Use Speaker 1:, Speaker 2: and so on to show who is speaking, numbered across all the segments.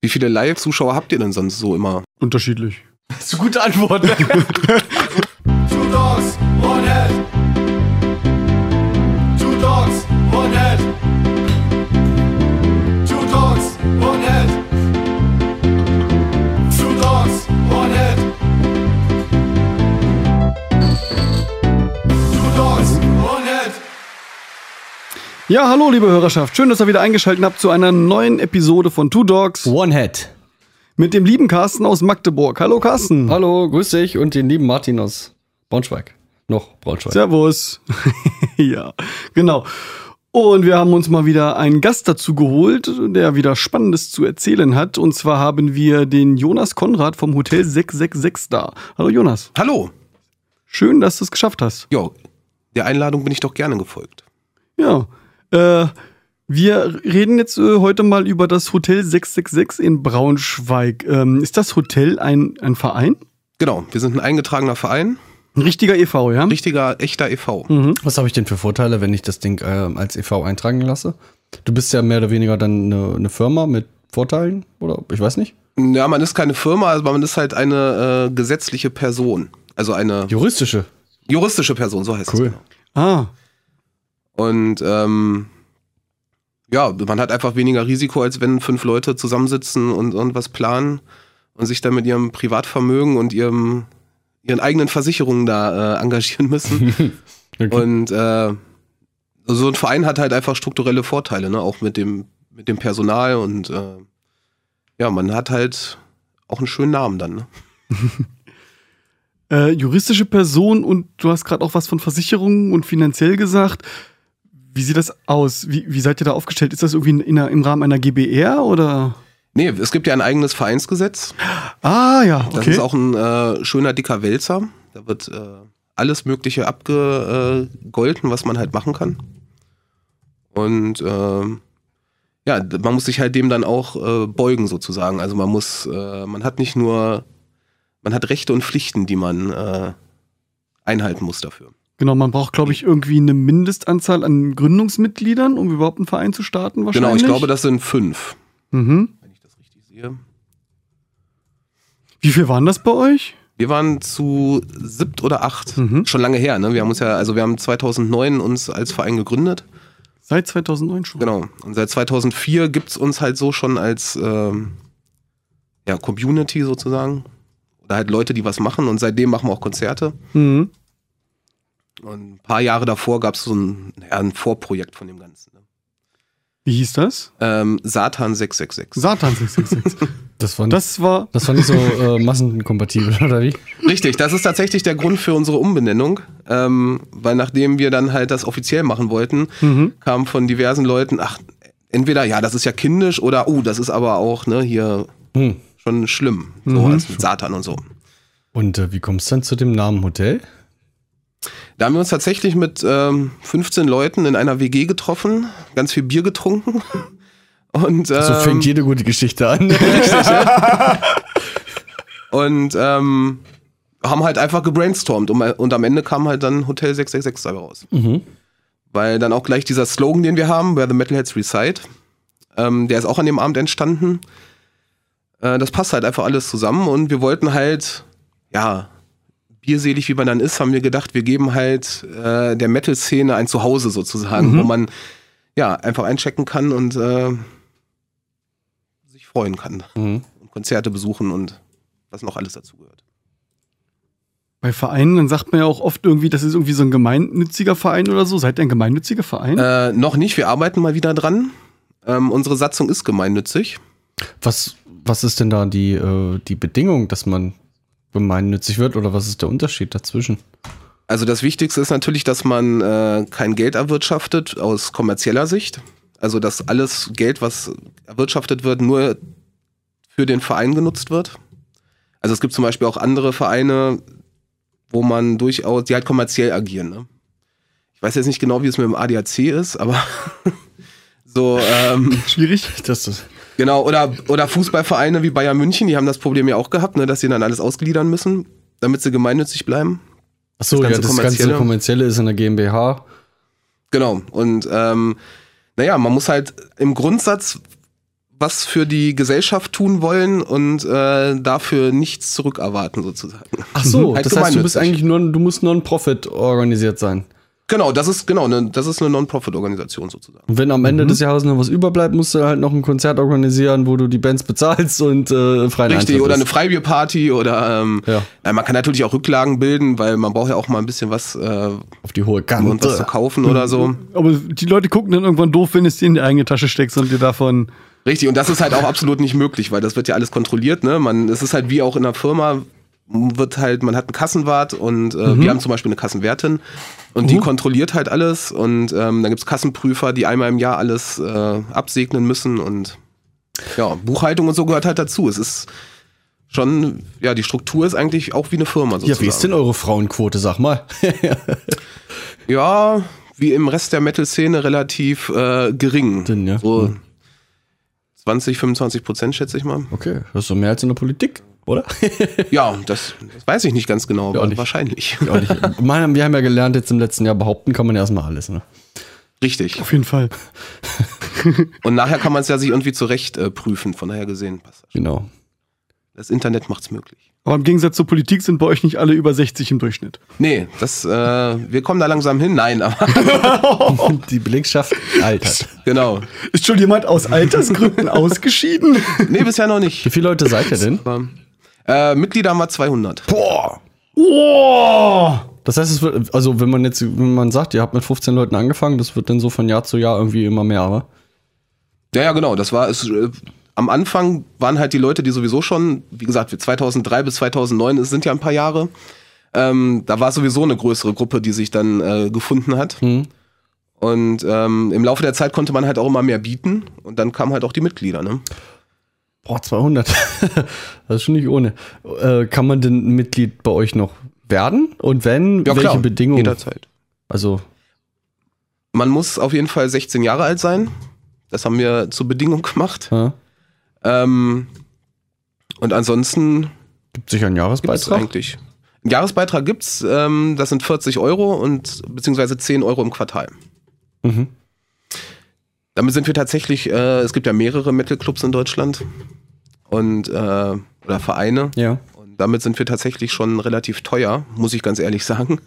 Speaker 1: Wie viele Live-Zuschauer habt ihr denn sonst so immer?
Speaker 2: Unterschiedlich.
Speaker 3: Das ist eine gute Antwort.
Speaker 4: Two dogs, one head. Two dogs, one head. Two dogs, one head. Two dogs, one head. Two dogs, one head.
Speaker 2: Ja, hallo, liebe Hörerschaft. Schön, dass ihr wieder eingeschaltet habt zu einer neuen Episode von Two Dogs
Speaker 3: One Head.
Speaker 2: mit dem lieben Carsten aus Magdeburg. Hallo, Carsten.
Speaker 5: Hallo, grüß dich und den lieben Martin aus Braunschweig. Noch Braunschweig.
Speaker 2: Servus. ja, genau. Und wir haben uns mal wieder einen Gast dazu geholt, der wieder Spannendes zu erzählen hat. Und zwar haben wir den Jonas Konrad vom Hotel 666 da. Hallo Jonas.
Speaker 1: Hallo.
Speaker 2: Schön, dass du es geschafft hast.
Speaker 1: Jo, der Einladung bin ich doch gerne gefolgt.
Speaker 2: Ja. Äh, wir reden jetzt äh, heute mal über das Hotel 666 in Braunschweig. Ähm, ist das Hotel ein, ein Verein?
Speaker 1: Genau, wir sind ein eingetragener Verein,
Speaker 2: Ein richtiger e.V., ja?
Speaker 1: richtiger, echter E e.V.
Speaker 5: Was habe ich denn für Vorteile, wenn ich das Ding ähm, als e.V. eintragen lasse? Du bist ja mehr oder weniger dann eine, eine Firma mit Vorteilen oder ich weiß nicht.
Speaker 1: Ja, man ist keine Firma, aber man ist halt eine äh, gesetzliche Person. Also eine
Speaker 5: Juristische.
Speaker 1: juristische Person, so heißt es. Genau.
Speaker 2: Ah,
Speaker 1: Und ähm, ja, man hat einfach weniger Risiko, als wenn fünf Leute zusammensitzen und irgendwas planen und sich dann mit ihrem Privatvermögen und ihrem, ihren eigenen Versicherungen da äh, engagieren müssen.
Speaker 5: Okay.
Speaker 1: und äh, so ein Verein hat halt einfach strukturelle Vorteile, ne? auch mit dem, mit dem Personal und äh, ja, man hat halt auch einen schönen Namen dann. Ne?
Speaker 2: äh, juristische Person und du hast gerade auch was von Versicherungen und finanziell gesagt. Wie sieht das aus? Wie, wie seid ihr da aufgestellt? Ist das irgendwie in, in, einer- im Rahmen einer GBR oder?
Speaker 1: Nee, es gibt ja ein eigenes Vereinsgesetz.
Speaker 2: Ah ja,
Speaker 1: Das
Speaker 2: okay.
Speaker 1: ist auch ein äh, schöner, dicker Wälzer. Da wird äh, alles Mögliche abgegolten, was man halt machen kann. Und ähm, ja, d- man muss sich halt dem dann auch äh, beugen sozusagen. Also man muss, äh, man hat nicht nur, man hat Rechte und Pflichten, die man äh, einhalten muss dafür.
Speaker 2: genau, man braucht, glaube ich, irgendwie eine Mindestanzahl an Gründungsmitgliedern, um überhaupt einen Verein zu starten wahrscheinlich.
Speaker 1: Genau, ich glaube, das sind fünf,
Speaker 2: Mhm.
Speaker 1: wenn ich das richtig sehe.
Speaker 2: Wie viel waren das bei euch?
Speaker 1: Wir waren zu siebt oder acht,
Speaker 2: Mhm.
Speaker 1: schon lange her. Ne? Wir haben uns ja, also wir haben 2009 uns als Verein gegründet.
Speaker 2: Seit 2009 schon.
Speaker 1: Genau. Und seit 2004 gibt's uns halt so schon als ähm, ja, Community sozusagen. Oder halt Leute, die was machen. Und seitdem machen wir auch Konzerte.
Speaker 2: Mhm.
Speaker 1: Und ein paar Jahre davor gab's so ein, ja, ein Vorprojekt von dem Ganzen. Ne?
Speaker 2: Wie hieß das?
Speaker 1: Ähm, Satan 666.
Speaker 2: Satan 666.
Speaker 5: Das war nicht, das,
Speaker 2: Das war.
Speaker 5: war nicht so äh, massenkompatibel, oder wie?
Speaker 1: Richtig, das ist tatsächlich der Grund für unsere Umbenennung. Ähm, weil nachdem wir dann halt das offiziell machen wollten,
Speaker 2: Mhm.
Speaker 1: kam von diversen Leuten, ach, entweder ja, das ist ja kindisch oder, oh, das ist aber auch, ne, hier
Speaker 5: Hm.
Speaker 1: schon schlimm. So
Speaker 2: Mhm.
Speaker 1: als mit Satan und so.
Speaker 5: Und äh, wie kommst du dann zu dem Namen Hotel?
Speaker 1: Da haben wir uns tatsächlich mit ähm, 15 Leuten in einer WG getroffen, ganz viel Bier getrunken. Und, ähm,
Speaker 5: So fängt jede gute Geschichte an.
Speaker 1: und ähm, haben halt einfach gebrainstormt. Und, und am Ende kam halt dann Hotel 666 dabei raus.
Speaker 5: mhm.
Speaker 1: Weil dann auch gleich dieser Slogan, den wir haben, Where the Metalheads Reside, ähm, der ist auch an dem Abend entstanden. Äh, das passt halt einfach alles zusammen. Und wir wollten halt, ja, bierselig wie man dann ist, haben wir gedacht, wir geben halt äh, der Metal-Szene ein Zuhause sozusagen, wo man ja einfach einchecken kann und äh, sich freuen kann.
Speaker 5: Mhm.
Speaker 1: Und Konzerte besuchen und was noch alles dazu gehört.
Speaker 2: Bei Vereinen, dann sagt man ja auch oft irgendwie, das ist irgendwie so ein gemeinnütziger Verein oder so. Seid ihr ein gemeinnütziger Verein?
Speaker 1: Äh, noch nicht, wir arbeiten mal wieder dran. Ähm, unsere Satzung ist gemeinnützig.
Speaker 5: Was, was ist denn da die, äh, die Bedingung, dass man gemeinnützig wird oder was ist der Unterschied dazwischen?
Speaker 1: Also das Wichtigste ist natürlich, dass man äh, kein Geld erwirtschaftet aus kommerzieller Sicht. Also dass alles Geld, was erwirtschaftet wird, nur für den Verein genutzt wird. Also es gibt zum Beispiel auch andere Vereine, wo man durchaus, die halt kommerziell agieren. Ne? Ich weiß jetzt nicht genau, wie es mit dem ADAC ist, aber so ähm,
Speaker 2: Schwierig.
Speaker 5: Das ist
Speaker 1: Genau, oder, oder Fußballvereine wie Bayern München, die haben das Problem ja auch gehabt, ne, dass sie dann alles ausgliedern müssen, damit sie gemeinnützig bleiben.
Speaker 5: Achso,
Speaker 1: Das
Speaker 5: das,
Speaker 1: ganze
Speaker 5: ja, das ganze
Speaker 1: Kommerzielle.
Speaker 5: Kommerzielle ist in der GmbH.
Speaker 1: Genau. Und ähm, naja, man muss halt im Grundsatz was für die Gesellschaft tun wollen und äh, dafür nichts zurückerwarten, sozusagen.
Speaker 5: Ach so,
Speaker 1: Halt
Speaker 5: Mhm. das heißt, du bist
Speaker 1: gemeinnützig.
Speaker 5: eigentlich nur, du musst Non-Profit organisiert sein.
Speaker 1: Genau, das ist genau, ne, das ist eine Non-Profit-Organisation sozusagen.
Speaker 5: Und wenn am Ende des Jahres noch was überbleibt, musst du halt noch ein Konzert organisieren, wo du die Bands bezahlst und äh, freien
Speaker 1: Richtig,
Speaker 5: Eintritt
Speaker 1: oder eine
Speaker 5: hast.
Speaker 1: Freibierparty oder ähm,
Speaker 5: Ja.
Speaker 1: na, man kann natürlich auch Rücklagen bilden, weil man braucht ja auch mal ein bisschen was, äh,
Speaker 5: auf die hohe
Speaker 1: um uns was zu
Speaker 5: Kante.
Speaker 1: kaufen oder so.
Speaker 2: Aber die Leute gucken dann irgendwann doof, wenn du es dir in die eigene Tasche steckst und dir davon.
Speaker 1: Richtig, und das ist halt auch absolut nicht möglich, weil das wird ja alles kontrolliert, ne? Man, es ist halt wie auch in einer Firma, wird halt, man hat einen Kassenwart und äh,
Speaker 5: Mhm.
Speaker 1: wir haben zum Beispiel eine Kassenwärtin und die kontrolliert halt alles und ähm, dann gibt's Kassenprüfer, die einmal im Jahr alles äh, absegnen müssen und ja, Buchhaltung und so gehört halt dazu. Es ist schon, ja, die Struktur ist eigentlich auch wie eine Firma sozusagen.
Speaker 5: Ja, wie ist denn eure Frauenquote, sag mal?
Speaker 1: Ja, wie im Rest der Metal-Szene relativ äh, gering.
Speaker 5: Dünn, ja. Mhm.
Speaker 1: So 20, 25 Prozent, schätze ich mal.
Speaker 5: Okay, das ist doch mehr als in der Politik, oder?
Speaker 1: Ja, das, das weiß ich nicht ganz genau,
Speaker 5: Ja,
Speaker 1: aber
Speaker 5: nicht.
Speaker 1: wahrscheinlich.
Speaker 5: Ja, nicht. Mann, wir haben ja gelernt, jetzt im letzten Jahr behaupten kann man ja erstmal alles. Ne?
Speaker 1: Richtig.
Speaker 2: Auf jeden Fall.
Speaker 1: Und nachher kann man es ja sich irgendwie zurecht äh, prüfen, von daher gesehen. passt das.
Speaker 5: Genau.
Speaker 1: Das Internet macht's möglich.
Speaker 2: Aber im Gegensatz zur Politik sind bei euch nicht alle über 60 im Durchschnitt.
Speaker 1: Nee, das, äh, wir kommen da langsam hin. Nein, aber
Speaker 5: die Belegschaft altert.
Speaker 1: genau.
Speaker 2: Ist schon jemand aus Altersgründen ausgeschieden?
Speaker 1: Nee, bisher noch
Speaker 5: Wie
Speaker 1: nicht.
Speaker 5: viele Leute seid ihr denn?
Speaker 1: Aber, äh, Mitglieder haben wir 200.
Speaker 2: Oh!
Speaker 5: Das heißt, es wird, also wenn man jetzt, wenn man sagt, ihr habt mit 15 Leuten angefangen, das wird dann so von Jahr zu Jahr irgendwie immer mehr, aber
Speaker 1: Ja, ja, genau. Das war es. Äh, am Anfang waren halt die Leute, die sowieso schon, wie gesagt, wir 2003 bis 2009, es sind ja ein paar Jahre. Ähm, da war sowieso eine größere Gruppe, die sich dann äh, gefunden hat.
Speaker 5: Hm?
Speaker 1: Und ähm, im Laufe der Zeit konnte man halt auch immer mehr bieten. Und dann kamen halt auch die Mitglieder. Ne?
Speaker 5: boah, 200. das ist schon nicht ohne. Äh, kann man denn Mitglied bei euch noch werden? Und wenn, welche Bedingungen?
Speaker 1: Jederzeit.
Speaker 5: Also,
Speaker 1: Man muss auf jeden Fall 16 Jahre alt sein. Das haben wir zur Bedingung gemacht.
Speaker 5: ja,
Speaker 1: Ähm, und ansonsten
Speaker 5: gibt sicher einen
Speaker 1: Gibt's
Speaker 5: Jahresbeitrag.
Speaker 1: eigentlich? Einen Jahresbeitrag gibt's, ähm, das sind 40 Euro und beziehungsweise 10 Euro im Quartal.
Speaker 5: Mhm.
Speaker 1: Damit sind wir tatsächlich, äh, es gibt ja mehrere Metal-Clubs in Deutschland und äh, oder Vereine.
Speaker 5: Ja.
Speaker 1: Und damit sind wir tatsächlich schon relativ teuer, muss ich ganz ehrlich sagen.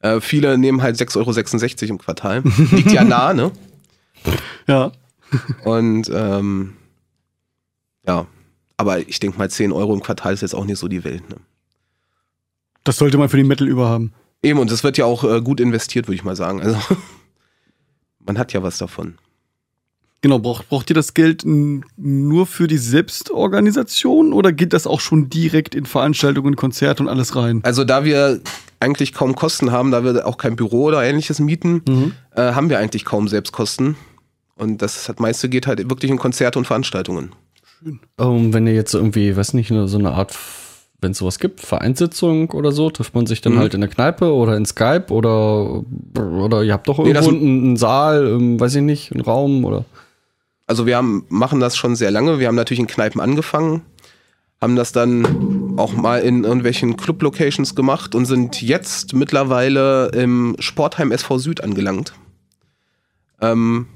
Speaker 1: Äh, viele nehmen halt 6,66 Euro im Quartal. Liegt ja nah, ne?
Speaker 2: Ja.
Speaker 1: Und ähm, ja. Aber ich denke mal, 10 Euro im Quartal ist jetzt auch nicht so die Welt. Ne?
Speaker 2: Das sollte man für die Metal überhaben.
Speaker 1: Eben, und das wird ja auch äh, gut investiert, würde ich mal sagen. Also, man hat ja was davon.
Speaker 2: Genau, braucht, braucht ihr das Geld n- nur für die Selbstorganisation oder geht das auch schon direkt in Veranstaltungen, Konzerte und alles rein?
Speaker 1: Also, da wir eigentlich kaum Kosten haben, da wir auch kein Büro oder ähnliches mieten,
Speaker 5: Mhm.
Speaker 1: äh, haben wir eigentlich kaum Selbstkosten. Und das, das meiste geht halt wirklich in Konzerte und Veranstaltungen.
Speaker 5: Ähm, wenn ihr jetzt irgendwie, weiß nicht, ne, so eine Art, wenn es sowas gibt, Vereinssitzung oder so, trifft man sich dann halt in der Kneipe oder in Skype oder, oder ihr habt doch
Speaker 1: Nee, das-
Speaker 5: irgendwo einen, einen Saal, ähm, weiß ich nicht, einen Raum oder.
Speaker 1: Also, wir haben, machen das schon sehr lange. Wir haben natürlich in Kneipen angefangen, haben das dann auch mal in irgendwelchen Club-Locations gemacht und sind jetzt mittlerweile im Sportheim SV Süd angelangt. Ähm,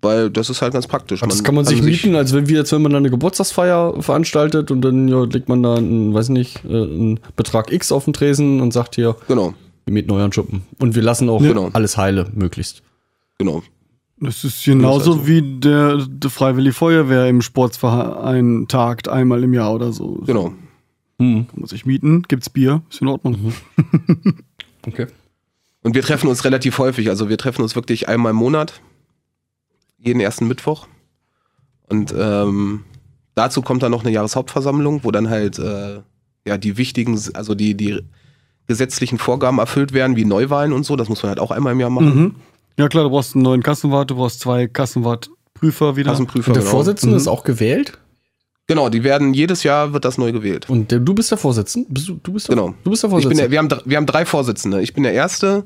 Speaker 1: weil das ist halt ganz praktisch.
Speaker 5: das kann man sich mieten, als wenn wir jetzt, wenn man dann eine Geburtstagsfeier veranstaltet und dann ja, legt man da einen, weiß nicht, äh, einen Betrag X auf den Tresen und sagt hier,
Speaker 1: Genau,
Speaker 5: wir mieten euren Schuppen. Und wir lassen auch
Speaker 1: Genau.
Speaker 5: alles heile, möglichst.
Speaker 1: genau.
Speaker 2: Das ist genauso
Speaker 5: Also
Speaker 1: Das heißt so.
Speaker 2: wie der, der Freiwillige Feuerwehr im Sportverein tagt, einmal im Jahr oder so.
Speaker 1: Genau.
Speaker 2: Kann man sich mieten, gibt's Bier, ist in Ordnung.
Speaker 5: Okay.
Speaker 1: Und wir treffen uns relativ häufig. Also wir treffen uns wirklich einmal im Monat. Jeden ersten Mittwoch. Und ähm, dazu kommt dann noch eine Jahreshauptversammlung, wo dann halt äh, ja, die wichtigen, also die, die gesetzlichen Vorgaben erfüllt werden, wie Neuwahlen und so. Das muss man halt auch einmal im Jahr machen.
Speaker 2: Mhm. Ja klar, du brauchst einen neuen Kassenwart, du brauchst zwei Kassenwartprüfer wieder.
Speaker 1: Kassenprüfer,
Speaker 5: Und der
Speaker 1: genau.
Speaker 5: Vorsitzende Mhm. ist auch gewählt?
Speaker 1: genau, die werden jedes Jahr wird das neu gewählt.
Speaker 5: Und der, du bist der Vorsitzende? Bist du, du bist der,
Speaker 1: Genau.
Speaker 5: Du bist der
Speaker 1: Ich bin
Speaker 5: Vorsitzende.
Speaker 1: der, wir, haben, dr- wir haben drei Vorsitzende. Ich bin der Erste,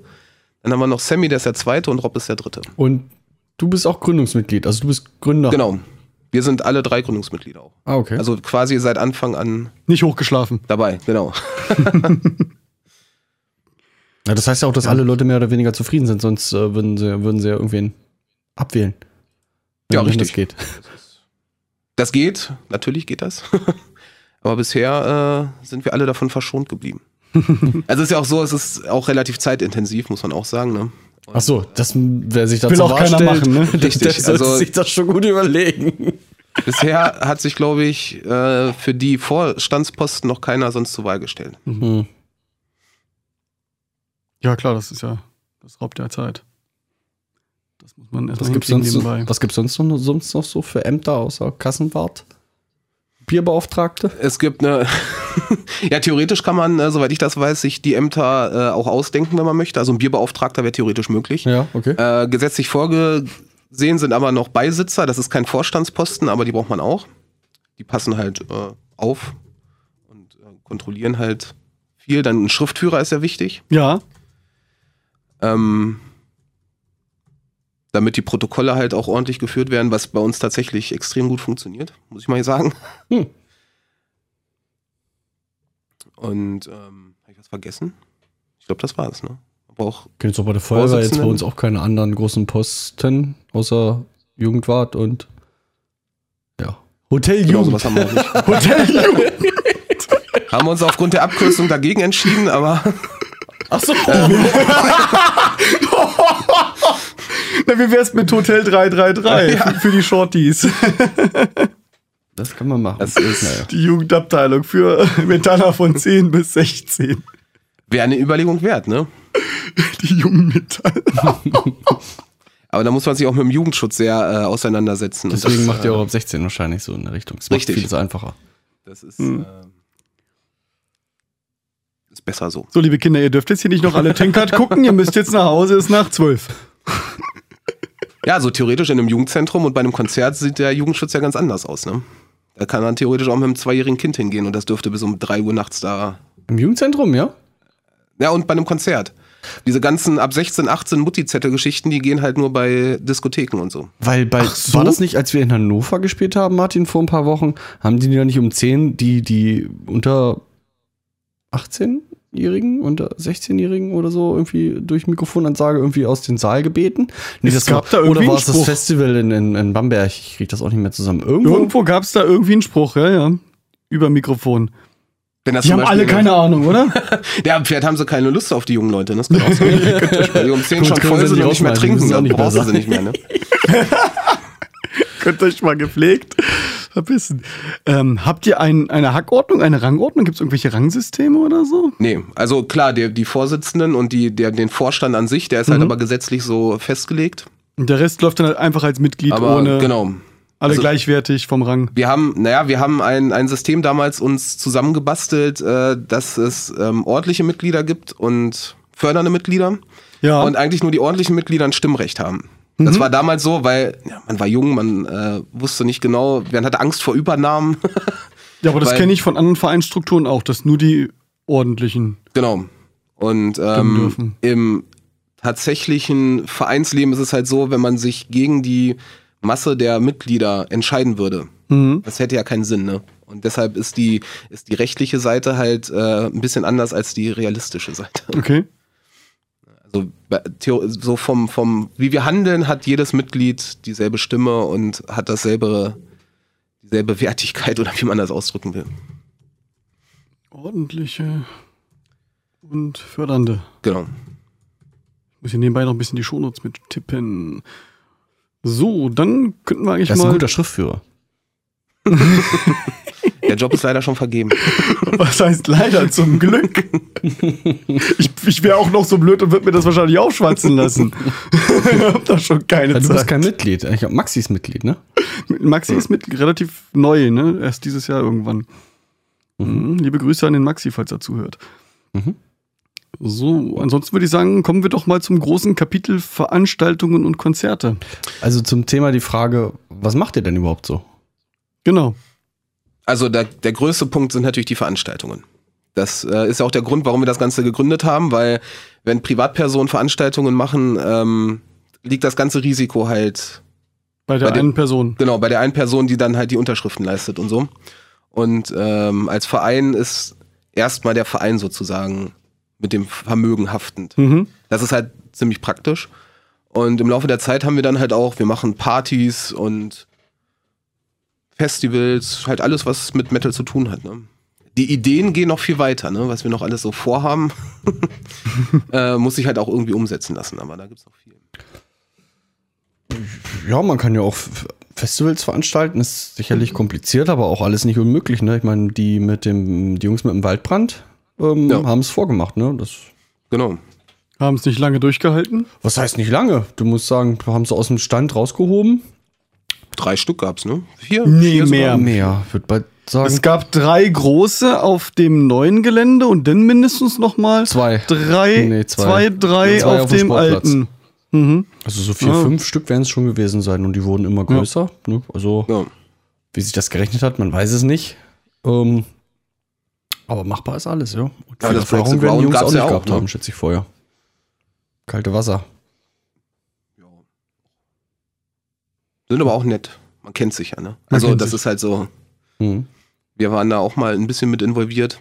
Speaker 1: dann haben wir noch Sammy, der ist der Zweite und Rob ist der Dritte.
Speaker 5: Und du bist auch Gründungsmitglied, also du bist Gründer.
Speaker 1: Genau. Wir sind alle drei Gründungsmitglieder auch.
Speaker 5: Ah, okay.
Speaker 1: Also quasi seit Anfang an
Speaker 2: Nicht hochgeschlafen.
Speaker 1: dabei, genau.
Speaker 5: ja, das heißt ja auch, dass alle Leute mehr oder weniger zufrieden sind, sonst äh, würden, sie, würden sie ja irgendwen abwählen.
Speaker 1: Ja,
Speaker 5: Wenn
Speaker 1: richtig.
Speaker 5: Das geht.
Speaker 1: Das geht, natürlich geht das. Aber bisher äh, sind wir alle davon verschont geblieben. also ist ja auch so, es ist auch relativ zeitintensiv, muss man auch sagen. Ne?
Speaker 5: Ach so, das wer sich dazu
Speaker 2: Will auch keiner machen, ne?
Speaker 5: der, der
Speaker 1: Richtig,
Speaker 5: sollte
Speaker 1: also-
Speaker 5: sich das schon gut überlegen.
Speaker 1: Bisher hat sich, glaube ich, äh, für die Vorstandsposten noch keiner sonst zur Wahl gestellt.
Speaker 5: Mhm.
Speaker 2: Ja, klar, das ist ja, das raubt ja Zeit. Das muss man erstmal
Speaker 5: Was gibt's
Speaker 2: hinkriegen
Speaker 5: sonst,
Speaker 2: nebenbei.
Speaker 5: was gibt's sonst noch, sonst noch so für Ämter außer Kassenwart? Bierbeauftragte?
Speaker 1: Es gibt eine. ja, theoretisch kann man, äh, soweit ich das weiß, sich die Ämter äh, auch ausdenken, wenn man möchte. Also ein Bierbeauftragter wäre theoretisch möglich.
Speaker 5: Ja, okay.
Speaker 1: Äh, gesetzlich vorgesehen sind aber noch Beisitzer. Das ist kein Vorstandsposten, aber die braucht man auch. Die passen halt äh, auf und äh, kontrollieren halt viel. Dann ein Schriftführer ist ja wichtig,
Speaker 2: Ja,
Speaker 1: ähm, damit die Protokolle halt auch ordentlich geführt werden, was bei uns tatsächlich extrem gut funktioniert, muss ich mal sagen.
Speaker 5: Hm.
Speaker 1: Und ähm, habe ich was vergessen? Ich glaube, das war's, ne? Man braucht
Speaker 5: Gibt aber bei der Feuerwehr jetzt bei
Speaker 1: Vorsitzenden?
Speaker 5: uns auch keine anderen großen Posten, außer Jugendwart und ja.
Speaker 1: genau
Speaker 5: Hoteljugend.
Speaker 1: sowas haben wir auch nicht. haben wir uns aufgrund der Abkürzung dagegen entschieden, aber
Speaker 5: Ach so.
Speaker 2: Na, wie wär's mit Hotel 333 für die Shorties?
Speaker 5: Das kann man machen.
Speaker 1: das ist.
Speaker 2: Die Jugendabteilung für Metaller von 10 bis 16.
Speaker 1: Wäre eine Überlegung wert, ne?
Speaker 2: Die jungen Metaller.
Speaker 1: Aber da muss man sich auch mit dem Jugendschutz sehr äh, auseinandersetzen. Und
Speaker 5: Deswegen
Speaker 1: das,
Speaker 5: macht
Speaker 1: äh,
Speaker 5: ihr auch ab 16 wahrscheinlich so in der Richtung. Das macht
Speaker 1: Richtig.
Speaker 5: vieles einfacher.
Speaker 1: Das ist,
Speaker 2: Hm.
Speaker 1: äh, ist besser so.
Speaker 2: So, liebe Kinder, ihr dürft jetzt hier nicht noch alle Tankard gucken. Ihr müsst jetzt nach Hause, ist nach 12.
Speaker 1: Ja, so theoretisch in einem Jugendzentrum und bei einem Konzert sieht der Jugendschutz ja ganz anders aus, ne? Da kann man theoretisch auch mit einem zweijährigen Kind hingehen und das dürfte bis um 3 Uhr nachts da.
Speaker 5: Im Jugendzentrum, ja?
Speaker 1: Ja, und bei einem Konzert. Diese ganzen ab 16, 18 Mutti-Zettel-Geschichten, die gehen halt nur bei Diskotheken und so.
Speaker 5: Weil bei,
Speaker 2: so?
Speaker 5: war das nicht, als wir in Hannover gespielt haben, Martin, vor ein paar Wochen, haben die ja nicht um 10 die, die unter 18-Jährigen, unter 16-Jährigen oder so irgendwie durch Mikrofonansage irgendwie aus dem Saal gebeten? Nee,
Speaker 2: Es
Speaker 5: das
Speaker 2: gab
Speaker 5: war,
Speaker 2: da irgendwie
Speaker 5: oder war
Speaker 2: einen
Speaker 5: es das
Speaker 2: Spruch.
Speaker 5: Festival in, in, in Bamberg? Ich krieg das auch nicht mehr zusammen. Irgendwo,
Speaker 2: Irgendwo gab's da irgendwie einen Spruch, ja, ja. Über Mikrofon.
Speaker 1: Wenn das
Speaker 2: Die
Speaker 1: zum
Speaker 2: haben alle
Speaker 1: Beispiel-
Speaker 2: keine Ahnung, oder?
Speaker 1: Ja, vielleicht haben sie keine Lust auf die jungen Leute, ne? das kann auch sein. Weil die um 10
Speaker 5: Gut,
Speaker 1: schon
Speaker 5: können
Speaker 1: voll
Speaker 5: sie
Speaker 1: sind
Speaker 5: die
Speaker 1: und nicht mehr
Speaker 5: ausschmeißen,
Speaker 1: trinken,
Speaker 5: müssen sie auch
Speaker 1: dann
Speaker 5: nicht
Speaker 1: brauchst du
Speaker 5: mehr
Speaker 1: sie nicht mehr, ne?
Speaker 2: Könnt euch mal gepflegt verbissen. Ähm, habt ihr ein, eine Hackordnung, eine Rangordnung? Gibt's irgendwelche Rangsysteme oder so?
Speaker 1: Nee, also klar, der, die Vorsitzenden und die, der, den Vorstand an sich, der ist
Speaker 5: Mhm.
Speaker 1: halt aber gesetzlich so festgelegt.
Speaker 2: Und der Rest läuft dann halt einfach als Mitglied
Speaker 1: Aber
Speaker 2: ohne
Speaker 1: genau.
Speaker 2: alle
Speaker 1: also-
Speaker 2: gleichwertig vom Rang.
Speaker 1: Wir haben, naja, wir haben ein, ein System damals uns zusammengebastelt, äh, dass es ähm, ordentliche Mitglieder gibt und fördernde Mitglieder.
Speaker 2: Ja.
Speaker 1: Und eigentlich nur die ordentlichen Mitglieder ein Stimmrecht haben.
Speaker 5: Mhm.
Speaker 1: Das war damals so, weil ja, man war jung, man äh, wusste nicht genau, man hatte Angst vor Übernahmen.
Speaker 2: Ja, aber das
Speaker 1: Weil-
Speaker 2: kenne ich von anderen Vereinsstrukturen auch, dass nur die ordentlichen.
Speaker 1: Genau. Und
Speaker 2: Stimmen
Speaker 1: ähm,
Speaker 2: dürfen.
Speaker 1: im tatsächlichen Vereinsleben ist es halt so, wenn man sich gegen die Masse der Mitglieder entscheiden würde.
Speaker 2: Mhm.
Speaker 1: Das hätte ja keinen Sinn, ne? Und deshalb ist die, ist die rechtliche Seite halt äh, ein bisschen anders als die realistische Seite.
Speaker 2: Okay.
Speaker 1: Also bei- theo- so vom, vom, wie wir handeln, hat jedes Mitglied dieselbe Stimme und hat dasselbe, dieselbe Wertigkeit oder wie man das ausdrücken will.
Speaker 2: Ordentliche und fördernde.
Speaker 1: Genau.
Speaker 2: Ich muss hier nebenbei noch ein bisschen die Shownotes mit tippen. So, dann könnten wir eigentlich
Speaker 5: das ist ein
Speaker 2: mal.
Speaker 5: guter Schriftführer.
Speaker 1: Der Job ist leider schon vergeben.
Speaker 2: Was heißt leider zum Glück? ich ich wäre auch noch so blöd und würde mir das wahrscheinlich aufschwatzen lassen. ich hab da schon keine
Speaker 5: Also du bist
Speaker 2: Zeit.
Speaker 5: kein Mitglied. Ich glaube, Maxi ist Mitglied, ne?
Speaker 2: Maxi ist mit relativ neu, ne? Erst dieses Jahr irgendwann. Mhm. Liebe Grüße an den Maxi, falls er zuhört.
Speaker 5: Mhm.
Speaker 2: So, ansonsten würde ich sagen, kommen wir doch mal zum großen Kapitel Veranstaltungen und Konzerte.
Speaker 5: Also zum Thema die Frage, was macht ihr denn überhaupt so?
Speaker 2: Genau.
Speaker 1: Also der, der größte Punkt sind natürlich die Veranstaltungen. Das äh, ist ja auch der Grund, warum wir das Ganze gegründet haben, weil wenn Privatpersonen Veranstaltungen machen, ähm, liegt das ganze Risiko halt
Speaker 2: Bei der
Speaker 1: Bei dem-
Speaker 2: einen Person.
Speaker 1: genau bei der einen Person, die dann halt die Unterschriften leistet und so. Und ähm, als Verein ist erstmal der Verein sozusagen mit dem Vermögen haftend.
Speaker 2: Mhm.
Speaker 1: Das ist halt ziemlich praktisch. Und im Laufe der Zeit haben wir dann halt auch, wir machen Partys und Festivals, halt alles, was mit Metal zu tun hat. Ne? Die Ideen gehen noch viel weiter, ne? was wir noch alles so vorhaben, äh, muss sich halt auch irgendwie umsetzen lassen, aber da gibt's noch viel.
Speaker 5: Ja, man kann ja auch F- Festivals veranstalten, ist
Speaker 1: Mhm.
Speaker 5: sicherlich kompliziert, aber auch alles nicht unmöglich. Ne? Ich meine, die mit dem, die Jungs mit dem Waldbrand ähm,
Speaker 1: Ja.
Speaker 5: haben es vorgemacht, ne? Das,
Speaker 1: Genau.
Speaker 2: Haben es nicht lange durchgehalten.
Speaker 5: was heißt nicht lange? Du musst sagen, haben sie aus dem Stand rausgehoben.
Speaker 1: Drei Stück gab's, ne? Vier?
Speaker 2: Nee,
Speaker 1: vier
Speaker 2: mehr. Ja.
Speaker 5: Mehr, würde bald sagen.
Speaker 2: Es gab drei große auf dem neuen Gelände und dann mindestens nochmal
Speaker 5: Zwei.
Speaker 2: drei,
Speaker 5: Nee, zwei.
Speaker 2: zwei, drei
Speaker 5: Zwei
Speaker 2: auf,
Speaker 5: auf dem
Speaker 2: dem
Speaker 5: Sportplatz.
Speaker 2: alten.
Speaker 5: Also so vier,
Speaker 2: Ah.
Speaker 5: fünf Stück werden es schon gewesen sein und die wurden immer größer. Ne? Also
Speaker 1: Ja.
Speaker 5: wie sich das gerechnet hat, man weiß es nicht. Ähm, aber machbar ist alles, ja. Und
Speaker 1: Ja, das
Speaker 5: viel Erfahrung
Speaker 1: Breaks the
Speaker 5: werden die
Speaker 1: Ground
Speaker 5: Jungs
Speaker 1: gab's
Speaker 5: auch nicht
Speaker 1: ja auch,
Speaker 5: gehabt
Speaker 1: ne?
Speaker 5: haben, schätze ich vorher. Kalte Wasser.
Speaker 1: Sind aber auch nett. Man kennt sich ja, ne? Also
Speaker 2: kennt
Speaker 1: das
Speaker 2: sich.
Speaker 1: ist halt so,
Speaker 5: Hm.
Speaker 1: wir waren da auch mal ein bisschen mit involviert.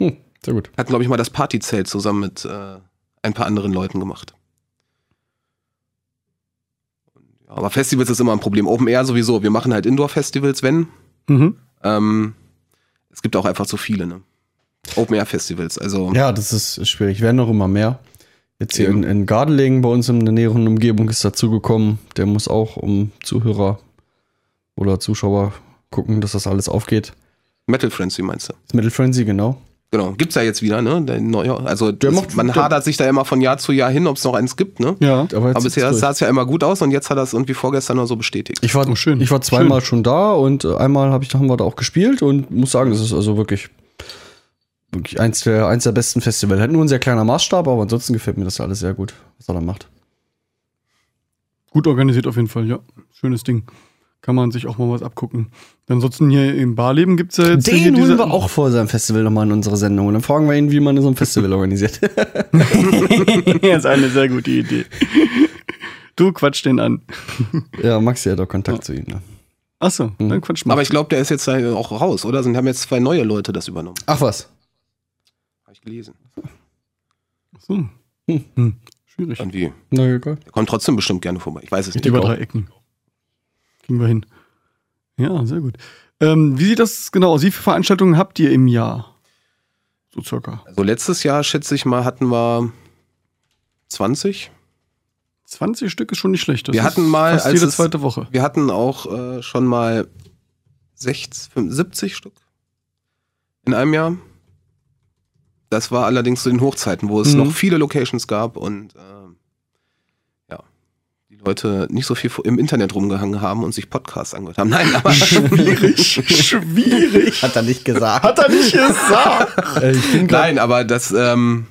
Speaker 5: Hm, sehr gut.
Speaker 1: Hatten, glaube ich, mal das Partyzelt zusammen mit äh, ein paar anderen Leuten gemacht. Ja, aber Festivals ist immer ein Problem. Open Air sowieso. Wir machen halt Indoor-Festivals, wenn.
Speaker 2: Mhm.
Speaker 1: Ähm, es gibt auch einfach zu viele, ne? Open Air Festivals. Also
Speaker 5: Ja, das ist schwierig. Werden noch immer mehr. Jetzt hier in,
Speaker 1: Eben.
Speaker 5: in Gardelegen bei uns in der näheren Umgebung ist dazugekommen. Der muss auch um Zuhörer oder Zuschauer gucken, dass das alles aufgeht.
Speaker 1: Metal Frenzy meinst du?
Speaker 5: Das Metal Frenzy, genau.
Speaker 1: Genau. Gibt's ja jetzt wieder, ne? Der neue, also das,
Speaker 5: macht-
Speaker 1: man
Speaker 5: der-
Speaker 1: hadert sich da immer von Jahr zu Jahr hin, ob es noch eins gibt, ne?
Speaker 2: Ja.
Speaker 5: Aber, jetzt
Speaker 1: Aber
Speaker 5: sind's
Speaker 1: bisher
Speaker 5: durch.
Speaker 1: sah es ja immer gut aus und jetzt hat er es irgendwie vorgestern nur so bestätigt.
Speaker 5: Ich war,
Speaker 2: Oh, schön.
Speaker 5: ich war zweimal schon da und äh, einmal hab ich, haben wir da auch gespielt und muss sagen, das ist also wirklich, wirklich eins, der, eins der besten Festivals. Hat nur ein sehr kleiner Maßstab, aber ansonsten gefällt mir das alles sehr gut, was er da macht.
Speaker 2: Gut organisiert auf jeden Fall, ja. Schönes Ding. Kann man sich auch mal was abgucken. Ansonsten hier im Barleben gibt es ja jetzt hier
Speaker 5: Den
Speaker 2: diese-
Speaker 5: holen wir auch vor seinem Festival nochmal in unsere Sendung und dann fragen wir ihn, wie man so ein Festival organisiert.
Speaker 2: das ist eine sehr gute Idee. Du quatsch den an.
Speaker 5: ja, Maxi hat auch Kontakt zu ihm. Ne?
Speaker 2: Achso, dann quatsch
Speaker 1: Hm.
Speaker 2: mal.
Speaker 1: Aber ich glaube, der ist jetzt da auch raus, oder? Sind haben jetzt zwei neue Leute das übernommen.
Speaker 5: Ach was.
Speaker 1: Habe ich gelesen.
Speaker 2: so. hm. Schwierig.
Speaker 1: Irgendwie.
Speaker 5: Na, egal.
Speaker 1: Der kommt trotzdem bestimmt gerne vorbei. Ich weiß es nicht. Genau.
Speaker 2: Über drei Ecken. Kriegen wir hin. Ja, sehr gut. Ähm, wie sieht das genau aus? Wie viele Veranstaltungen habt ihr im Jahr? So circa.
Speaker 1: Also letztes Jahr, schätze ich mal, hatten wir 20.
Speaker 2: 20 Stück ist schon nicht schlecht. Das
Speaker 1: Wir
Speaker 2: ist
Speaker 1: hatten mal,
Speaker 2: fast
Speaker 1: als
Speaker 2: jede
Speaker 1: es-
Speaker 2: zweite Woche.
Speaker 1: Wir hatten auch äh, schon mal 60, 75 Stück in einem Jahr. Das war allerdings zu den Hochzeiten, wo es
Speaker 2: Mhm.
Speaker 1: noch viele Locations gab und ähm, ja, die Leute nicht so viel im Internet rumgehangen haben und sich Podcasts angehört haben. Nein, aber
Speaker 2: Schwierig, schwierig.
Speaker 5: Hat er nicht gesagt.
Speaker 2: Hat er nicht gesagt.
Speaker 5: äh, ich bin grad,
Speaker 1: Nein, aber das, ähm,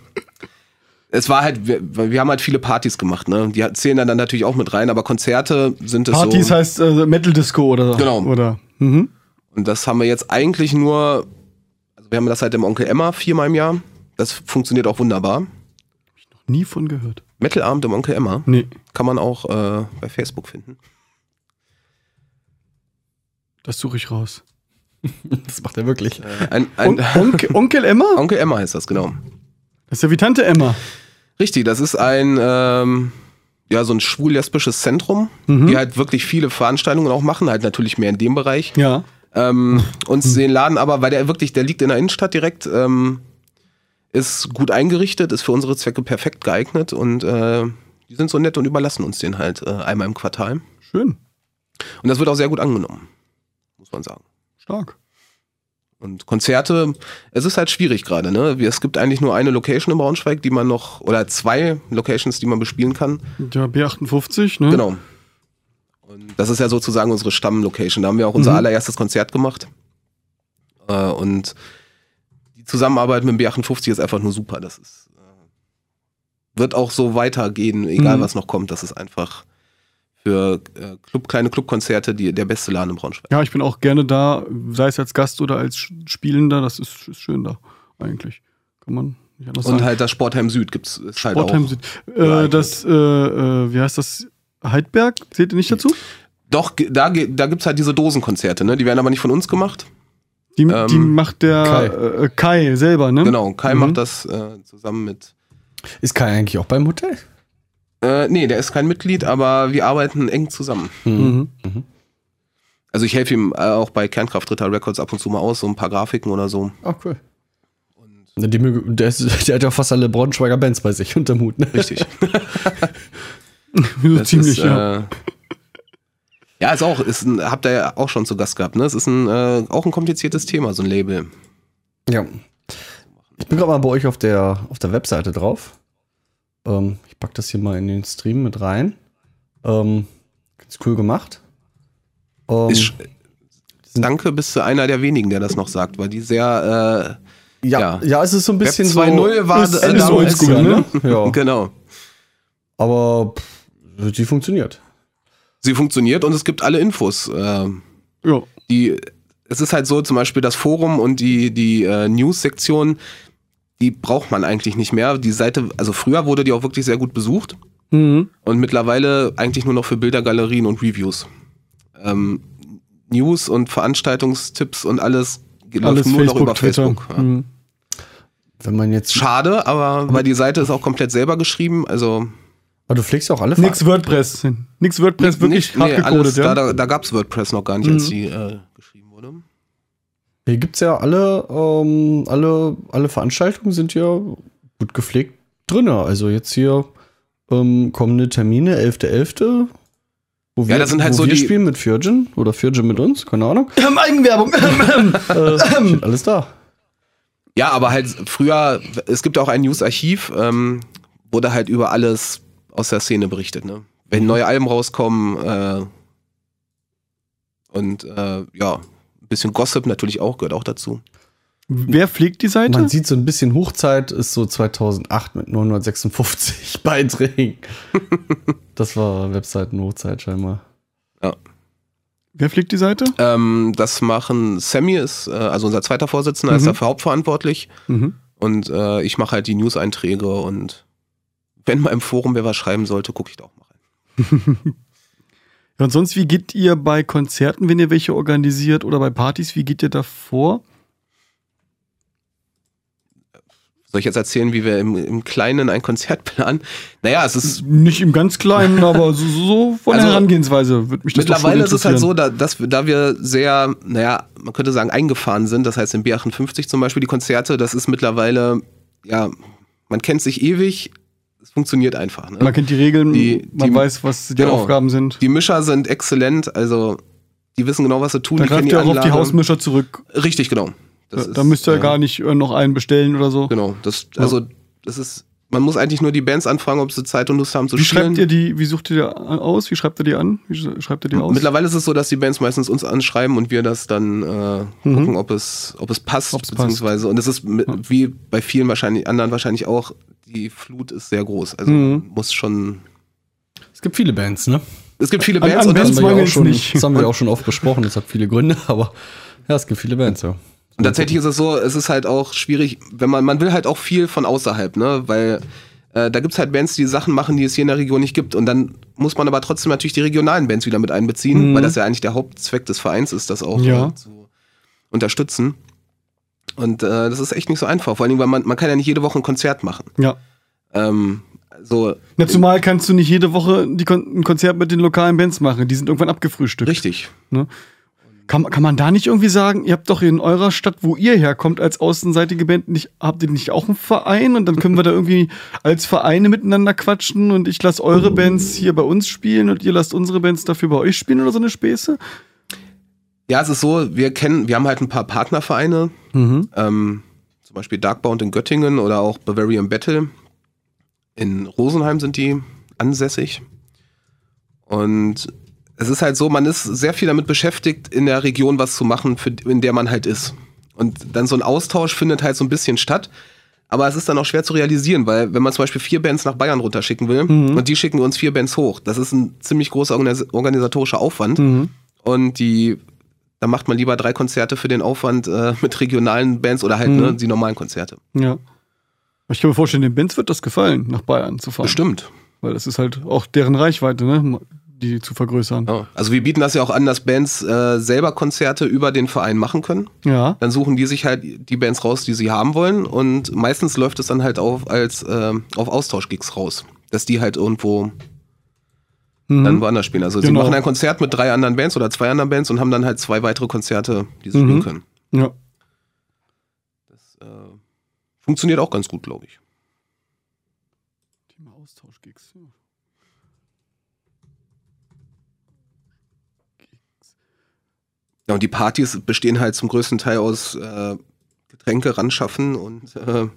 Speaker 1: es war halt, wir, wir haben halt viele Partys gemacht, ne? Die zählen dann, dann natürlich auch mit rein, aber Konzerte sind es
Speaker 2: Partys
Speaker 1: so.
Speaker 2: heißt äh, Metal Disco oder
Speaker 1: Genau.
Speaker 2: Oder, mhm.
Speaker 1: Und das haben wir jetzt eigentlich nur, also wir haben das halt im Onkel Emma viermal im Jahr. Das funktioniert auch wunderbar.
Speaker 2: Nie von gehört.
Speaker 1: Metalabend im Onkel Emma
Speaker 2: Nee,
Speaker 1: kann man auch äh, bei Facebook finden.
Speaker 2: das suche ich raus.
Speaker 5: das macht er wirklich.
Speaker 1: Äh, Ein,
Speaker 2: On
Speaker 1: ein,
Speaker 2: Onkel, Onkel Emma?
Speaker 1: Onkel Emma heißt das, genau.
Speaker 2: Das ist ja wie Tante Emma.
Speaker 1: Richtig, das ist ein, ähm, ja, so ein schwul-lesbisches Zentrum,
Speaker 2: Mhm.
Speaker 1: die halt wirklich viele Veranstaltungen auch machen, halt natürlich mehr in dem Bereich.
Speaker 2: Ja.
Speaker 1: Ähm, uns den Laden aber, weil der wirklich, der liegt in der Innenstadt direkt, ähm, ist gut eingerichtet, ist für unsere Zwecke perfekt geeignet und äh, die sind so nett und überlassen uns den halt äh, einmal im Quartal.
Speaker 2: Schön.
Speaker 1: Und das wird auch sehr gut angenommen, muss man sagen.
Speaker 2: Stark.
Speaker 1: Und Konzerte, es ist halt schwierig gerade, ne? Wir- Es gibt eigentlich nur eine Location in Braunschweig, die man noch, oder zwei Locations, die man bespielen kann.
Speaker 2: Ja, B58, ne?
Speaker 1: Genau. Und das ist ja sozusagen unsere Stammlocation. Da haben wir auch unser
Speaker 2: Mhm.
Speaker 1: allererstes Konzert gemacht. Äh, und die Zusammenarbeit mit dem B58 ist einfach nur super. Das ist, äh, wird auch so weitergehen, egal
Speaker 2: Mhm.
Speaker 1: was noch kommt. Das ist einfach für äh, Club, kleine Clubkonzerte die, der beste Laden in Braunschweig.
Speaker 2: Ja, ich bin auch gerne da, sei es als Gast oder als Sch- Spielender, das ist, ist schön da eigentlich. Kann man nicht anders
Speaker 1: Und
Speaker 2: sagen.
Speaker 1: halt das Sportheim Süd gibt's ist halt
Speaker 2: Sportheim
Speaker 1: auch.
Speaker 2: Süd. Äh,
Speaker 1: geeignet.
Speaker 2: das, äh, äh, wie heißt das? Heidberg? Seht ihr nicht dazu?
Speaker 1: Doch, ge- da, ge- da gibt's halt diese Dosenkonzerte, ne? Die werden aber nicht von uns gemacht.
Speaker 2: Die,
Speaker 1: Ähm,
Speaker 2: die macht der
Speaker 5: Kai.
Speaker 2: Kai, äh, Kai selber, ne?
Speaker 1: Genau, Kai
Speaker 2: Mhm.
Speaker 1: macht das äh, zusammen mit
Speaker 5: Ist Kai eigentlich auch beim Hotel?
Speaker 1: Äh, nee, der ist kein Mitglied, aber wir arbeiten eng zusammen.
Speaker 2: Mhm.
Speaker 1: Also ich helfe ihm äh, auch bei Kernkraftritter Records ab und zu mal aus, so ein paar Grafiken oder so.
Speaker 5: Ah, cool. Na, die möge- der, ist, der hat ja fast alle Braunschweiger Bands bei sich unterm Hut. Ne?
Speaker 1: Richtig.
Speaker 2: So
Speaker 1: Das
Speaker 2: ziemlich,
Speaker 1: ist,
Speaker 2: ja.
Speaker 1: Äh, ja, ist auch, ist ein, habt ihr ja auch schon zu Gast gehabt, ne? Es ist ein, äh, auch ein kompliziertes Thema, so ein Label.
Speaker 5: Ja. Ich bin gerade mal bei euch auf der, auf der Webseite drauf. Ähm, ich packe das hier mal in den Stream mit rein. Ähm, ganz cool gemacht. Ähm,
Speaker 1: Ist, sch- danke, bist du einer der wenigen, der das noch sagt, weil die sehr,
Speaker 5: ja,
Speaker 1: ja.
Speaker 5: ja. es ist so ein bisschen
Speaker 1: Web
Speaker 5: so.
Speaker 1: 2.0 war
Speaker 5: ist,
Speaker 1: da-
Speaker 5: ist
Speaker 1: damals,
Speaker 5: oldschool, ne?
Speaker 1: äh,
Speaker 5: ja.
Speaker 1: genau.
Speaker 5: Aber pff, die funktioniert.
Speaker 1: Sie funktioniert und es gibt alle Infos. Äh,
Speaker 2: ja.
Speaker 1: die, es ist halt so, zum Beispiel das Forum und die, die äh, News-Sektion, die braucht man eigentlich nicht mehr. Die Seite, also früher wurde die auch wirklich sehr gut besucht.
Speaker 2: Mhm.
Speaker 1: Und mittlerweile eigentlich nur noch für Bildergalerien und Reviews. Ähm, News und Veranstaltungstipps und alles geht- läuft
Speaker 2: Alles
Speaker 1: nur
Speaker 2: Facebook,
Speaker 1: noch über
Speaker 2: Twitter.
Speaker 1: Facebook. Ja.
Speaker 2: Mhm.
Speaker 5: Wenn man jetzt.
Speaker 1: Schade, aber weil die Seite ist auch komplett selber geschrieben, also
Speaker 5: Aber du pflegst ja auch alle Ver-
Speaker 2: Nix WordPress. Nix WordPress, wirklich
Speaker 1: nicht-
Speaker 2: hart gecodet,
Speaker 1: da,
Speaker 2: ja. Hm.
Speaker 1: da, da gab es WordPress noch gar nicht, als die äh, geschrieben wurde.
Speaker 5: Hier gibt's ja alle, ähm, alle, alle Veranstaltungen sind ja gut gepflegt drinne. Also jetzt hier ähm, kommende Termine, 11.11., wo
Speaker 1: Ja, das sind halt
Speaker 5: wo
Speaker 1: so
Speaker 5: wir
Speaker 1: die-
Speaker 5: spielen mit Fürgen oder Fürgen mit uns, keine Ahnung.
Speaker 2: Ähm, Eigenwerbung.
Speaker 5: Äh, steht alles da.
Speaker 1: Ja, aber halt früher, es gibt auch ein News-Archiv, ähm, wo da halt über alles aus der Szene berichtet, ne? Wenn neue Alben rauskommen, äh, und äh, ja, ein bisschen Gossip natürlich auch, gehört auch dazu.
Speaker 2: Wer pflegt die Seite?
Speaker 5: Man sieht so ein bisschen Hochzeit ist so 2008 mit 956 Beiträgen. das war Webseiten-Hochzeit scheinbar.
Speaker 2: Wer pflegt die Seite?
Speaker 1: Ähm, das machen Sammy ist, äh, also unser zweiter Vorsitzender, ist
Speaker 2: Mhm.
Speaker 1: dafür hauptverantwortlich
Speaker 2: Mhm.
Speaker 1: und äh, ich mache halt die News-Einträge und wenn mal im Forum wer was schreiben sollte, gucke ich da auch mal rein.
Speaker 2: Ja, und sonst, wie geht ihr bei Konzerten, wenn ihr welche organisiert oder bei Partys, wie geht ihr da vor?
Speaker 1: Soll ich jetzt erzählen, wie wir im, im Kleinen ein Konzert planen? Naja, es ist
Speaker 2: Nicht im ganz Kleinen, aber so, so von der
Speaker 1: Also,
Speaker 2: Herangehensweise würde mich das doch schon
Speaker 1: Mittlerweile ist es halt so,
Speaker 2: interessieren.
Speaker 1: da, dass wir, da wir sehr, naja, man könnte sagen, eingefahren sind. Das heißt, in B58 zum Beispiel die Konzerte, das ist mittlerweile, ja, man kennt sich ewig, es funktioniert einfach. Ne?
Speaker 2: Man kennt die Regeln,
Speaker 1: Die-
Speaker 2: man
Speaker 1: die-
Speaker 2: weiß, was die
Speaker 1: genau.
Speaker 2: Aufgaben sind.
Speaker 1: Die Mischer sind exzellent, also die wissen genau, was sie tun.
Speaker 2: Da
Speaker 1: die kennen
Speaker 2: greift ihr auch auf die
Speaker 1: Anlage.
Speaker 2: Hausmischer zurück.
Speaker 1: Richtig, genau.
Speaker 2: Da,
Speaker 1: Das ist,
Speaker 2: da müsst ihr ja
Speaker 1: äh,
Speaker 2: gar nicht äh, noch einen bestellen oder so.
Speaker 1: Genau, das, also, das ist, man muss eigentlich nur die Bands anfragen, ob sie Zeit und Lust haben zu
Speaker 2: Wie
Speaker 1: spielen.
Speaker 2: schreibt ihr die, wie sucht ihr die aus? Wie schreibt ihr die an? Wie sch- schreibt ihr die aus?
Speaker 1: Mittlerweile ist es so, dass die Bands meistens uns anschreiben und wir das dann äh, gucken, ob es, ob es passt,
Speaker 2: Mhm. Ob's passt.
Speaker 1: beziehungsweise. Und es ist mi- wie bei vielen wahrscheinlich, anderen wahrscheinlich auch, die Flut ist sehr groß. Also
Speaker 2: Mhm.
Speaker 1: man muss schon.
Speaker 5: Es gibt viele Bands, ne?
Speaker 1: Es gibt viele
Speaker 2: An-
Speaker 1: Bands
Speaker 2: an
Speaker 1: und, das,
Speaker 2: Bands
Speaker 5: haben wir ja auch
Speaker 2: mangelt's
Speaker 5: schon,
Speaker 2: nicht.
Speaker 5: Das haben wir ja auch schon oft besprochen, das hat viele Gründe, aber ja, es gibt viele Bands, ja.
Speaker 1: und tatsächlich ist es so, es ist halt auch schwierig, wenn man, man will halt auch viel von außerhalb, ne? Weil äh, da gibt es halt Bands, die Sachen machen, die es hier in der Region nicht gibt. Und dann muss man aber trotzdem natürlich die regionalen Bands wieder mit einbeziehen,
Speaker 2: Mhm.
Speaker 1: weil das ja eigentlich der Hauptzweck des Vereins ist, das auch
Speaker 2: Ja.
Speaker 1: äh, zu unterstützen. Und äh, das ist echt nicht so einfach, vor allen Dingen, weil man, man kann ja nicht jede Woche ein Konzert machen.
Speaker 2: ja.
Speaker 1: Ähm, so
Speaker 2: Na, zumal kannst du nicht jede Woche die Kon ein Konzert mit den lokalen Bands machen. Die sind irgendwann abgefrühstückt.
Speaker 1: richtig.
Speaker 2: Kann, kann man da nicht irgendwie sagen, ihr habt doch in eurer Stadt, wo ihr herkommt, als außenseitige Band, nicht, habt ihr nicht auch einen Verein? Und dann können wir da irgendwie als Vereine miteinander quatschen und ich lasse eure Bands hier bei uns spielen und ihr lasst unsere Bands dafür bei euch spielen oder so eine Späße?
Speaker 1: Ja, es ist so, wir kennen, wir haben halt ein paar Partnervereine, ähm, zum Beispiel Darkbound in Göttingen oder auch Bavarian Battle. In Rosenheim sind die ansässig. Und es ist halt so, man ist sehr viel damit beschäftigt, in der Region was zu machen, für, in der man halt ist. Und dann so ein Austausch findet halt so ein bisschen statt. Aber es ist dann auch schwer zu realisieren, weil wenn man zum Beispiel vier Bands nach Bayern runterschicken will und die schicken uns vier Bands hoch, das ist ein ziemlich großer organis- organisatorischer Aufwand. Und die, da macht man lieber drei Konzerte für den Aufwand äh, mit regionalen Bands oder halt ne, die normalen Konzerte.
Speaker 2: Mhm. Äh, Ja. Ich kann mir vorstellen, den Bands wird das gefallen, nach Bayern zu fahren.
Speaker 1: Bestimmt.
Speaker 2: Weil das ist halt auch deren Reichweite, ne? Die zu vergrößern.
Speaker 1: Ja. Also wir bieten das ja auch an, dass Bands äh, selber Konzerte über den Verein machen können.
Speaker 2: Ja.
Speaker 1: Dann suchen die sich halt die Bands raus, die sie haben wollen. Und meistens läuft äh, es dann halt auf als ähm, auf Austauschgigs raus, dass die halt irgendwo
Speaker 2: Mhm.
Speaker 1: dann woanders spielen. Also sie
Speaker 2: Genau.
Speaker 1: machen ein Konzert mit drei anderen Bands oder zwei anderen Bands und haben dann halt zwei weitere Konzerte, die sie
Speaker 2: Mhm.
Speaker 1: spielen können.
Speaker 2: ja.
Speaker 1: Das, äh, funktioniert auch ganz gut, glaube ich.
Speaker 2: Thema Austauschgigs. Ja.
Speaker 1: Ja, und die Partys bestehen halt zum größten Teil aus äh, Getränke ranschaffen und äh,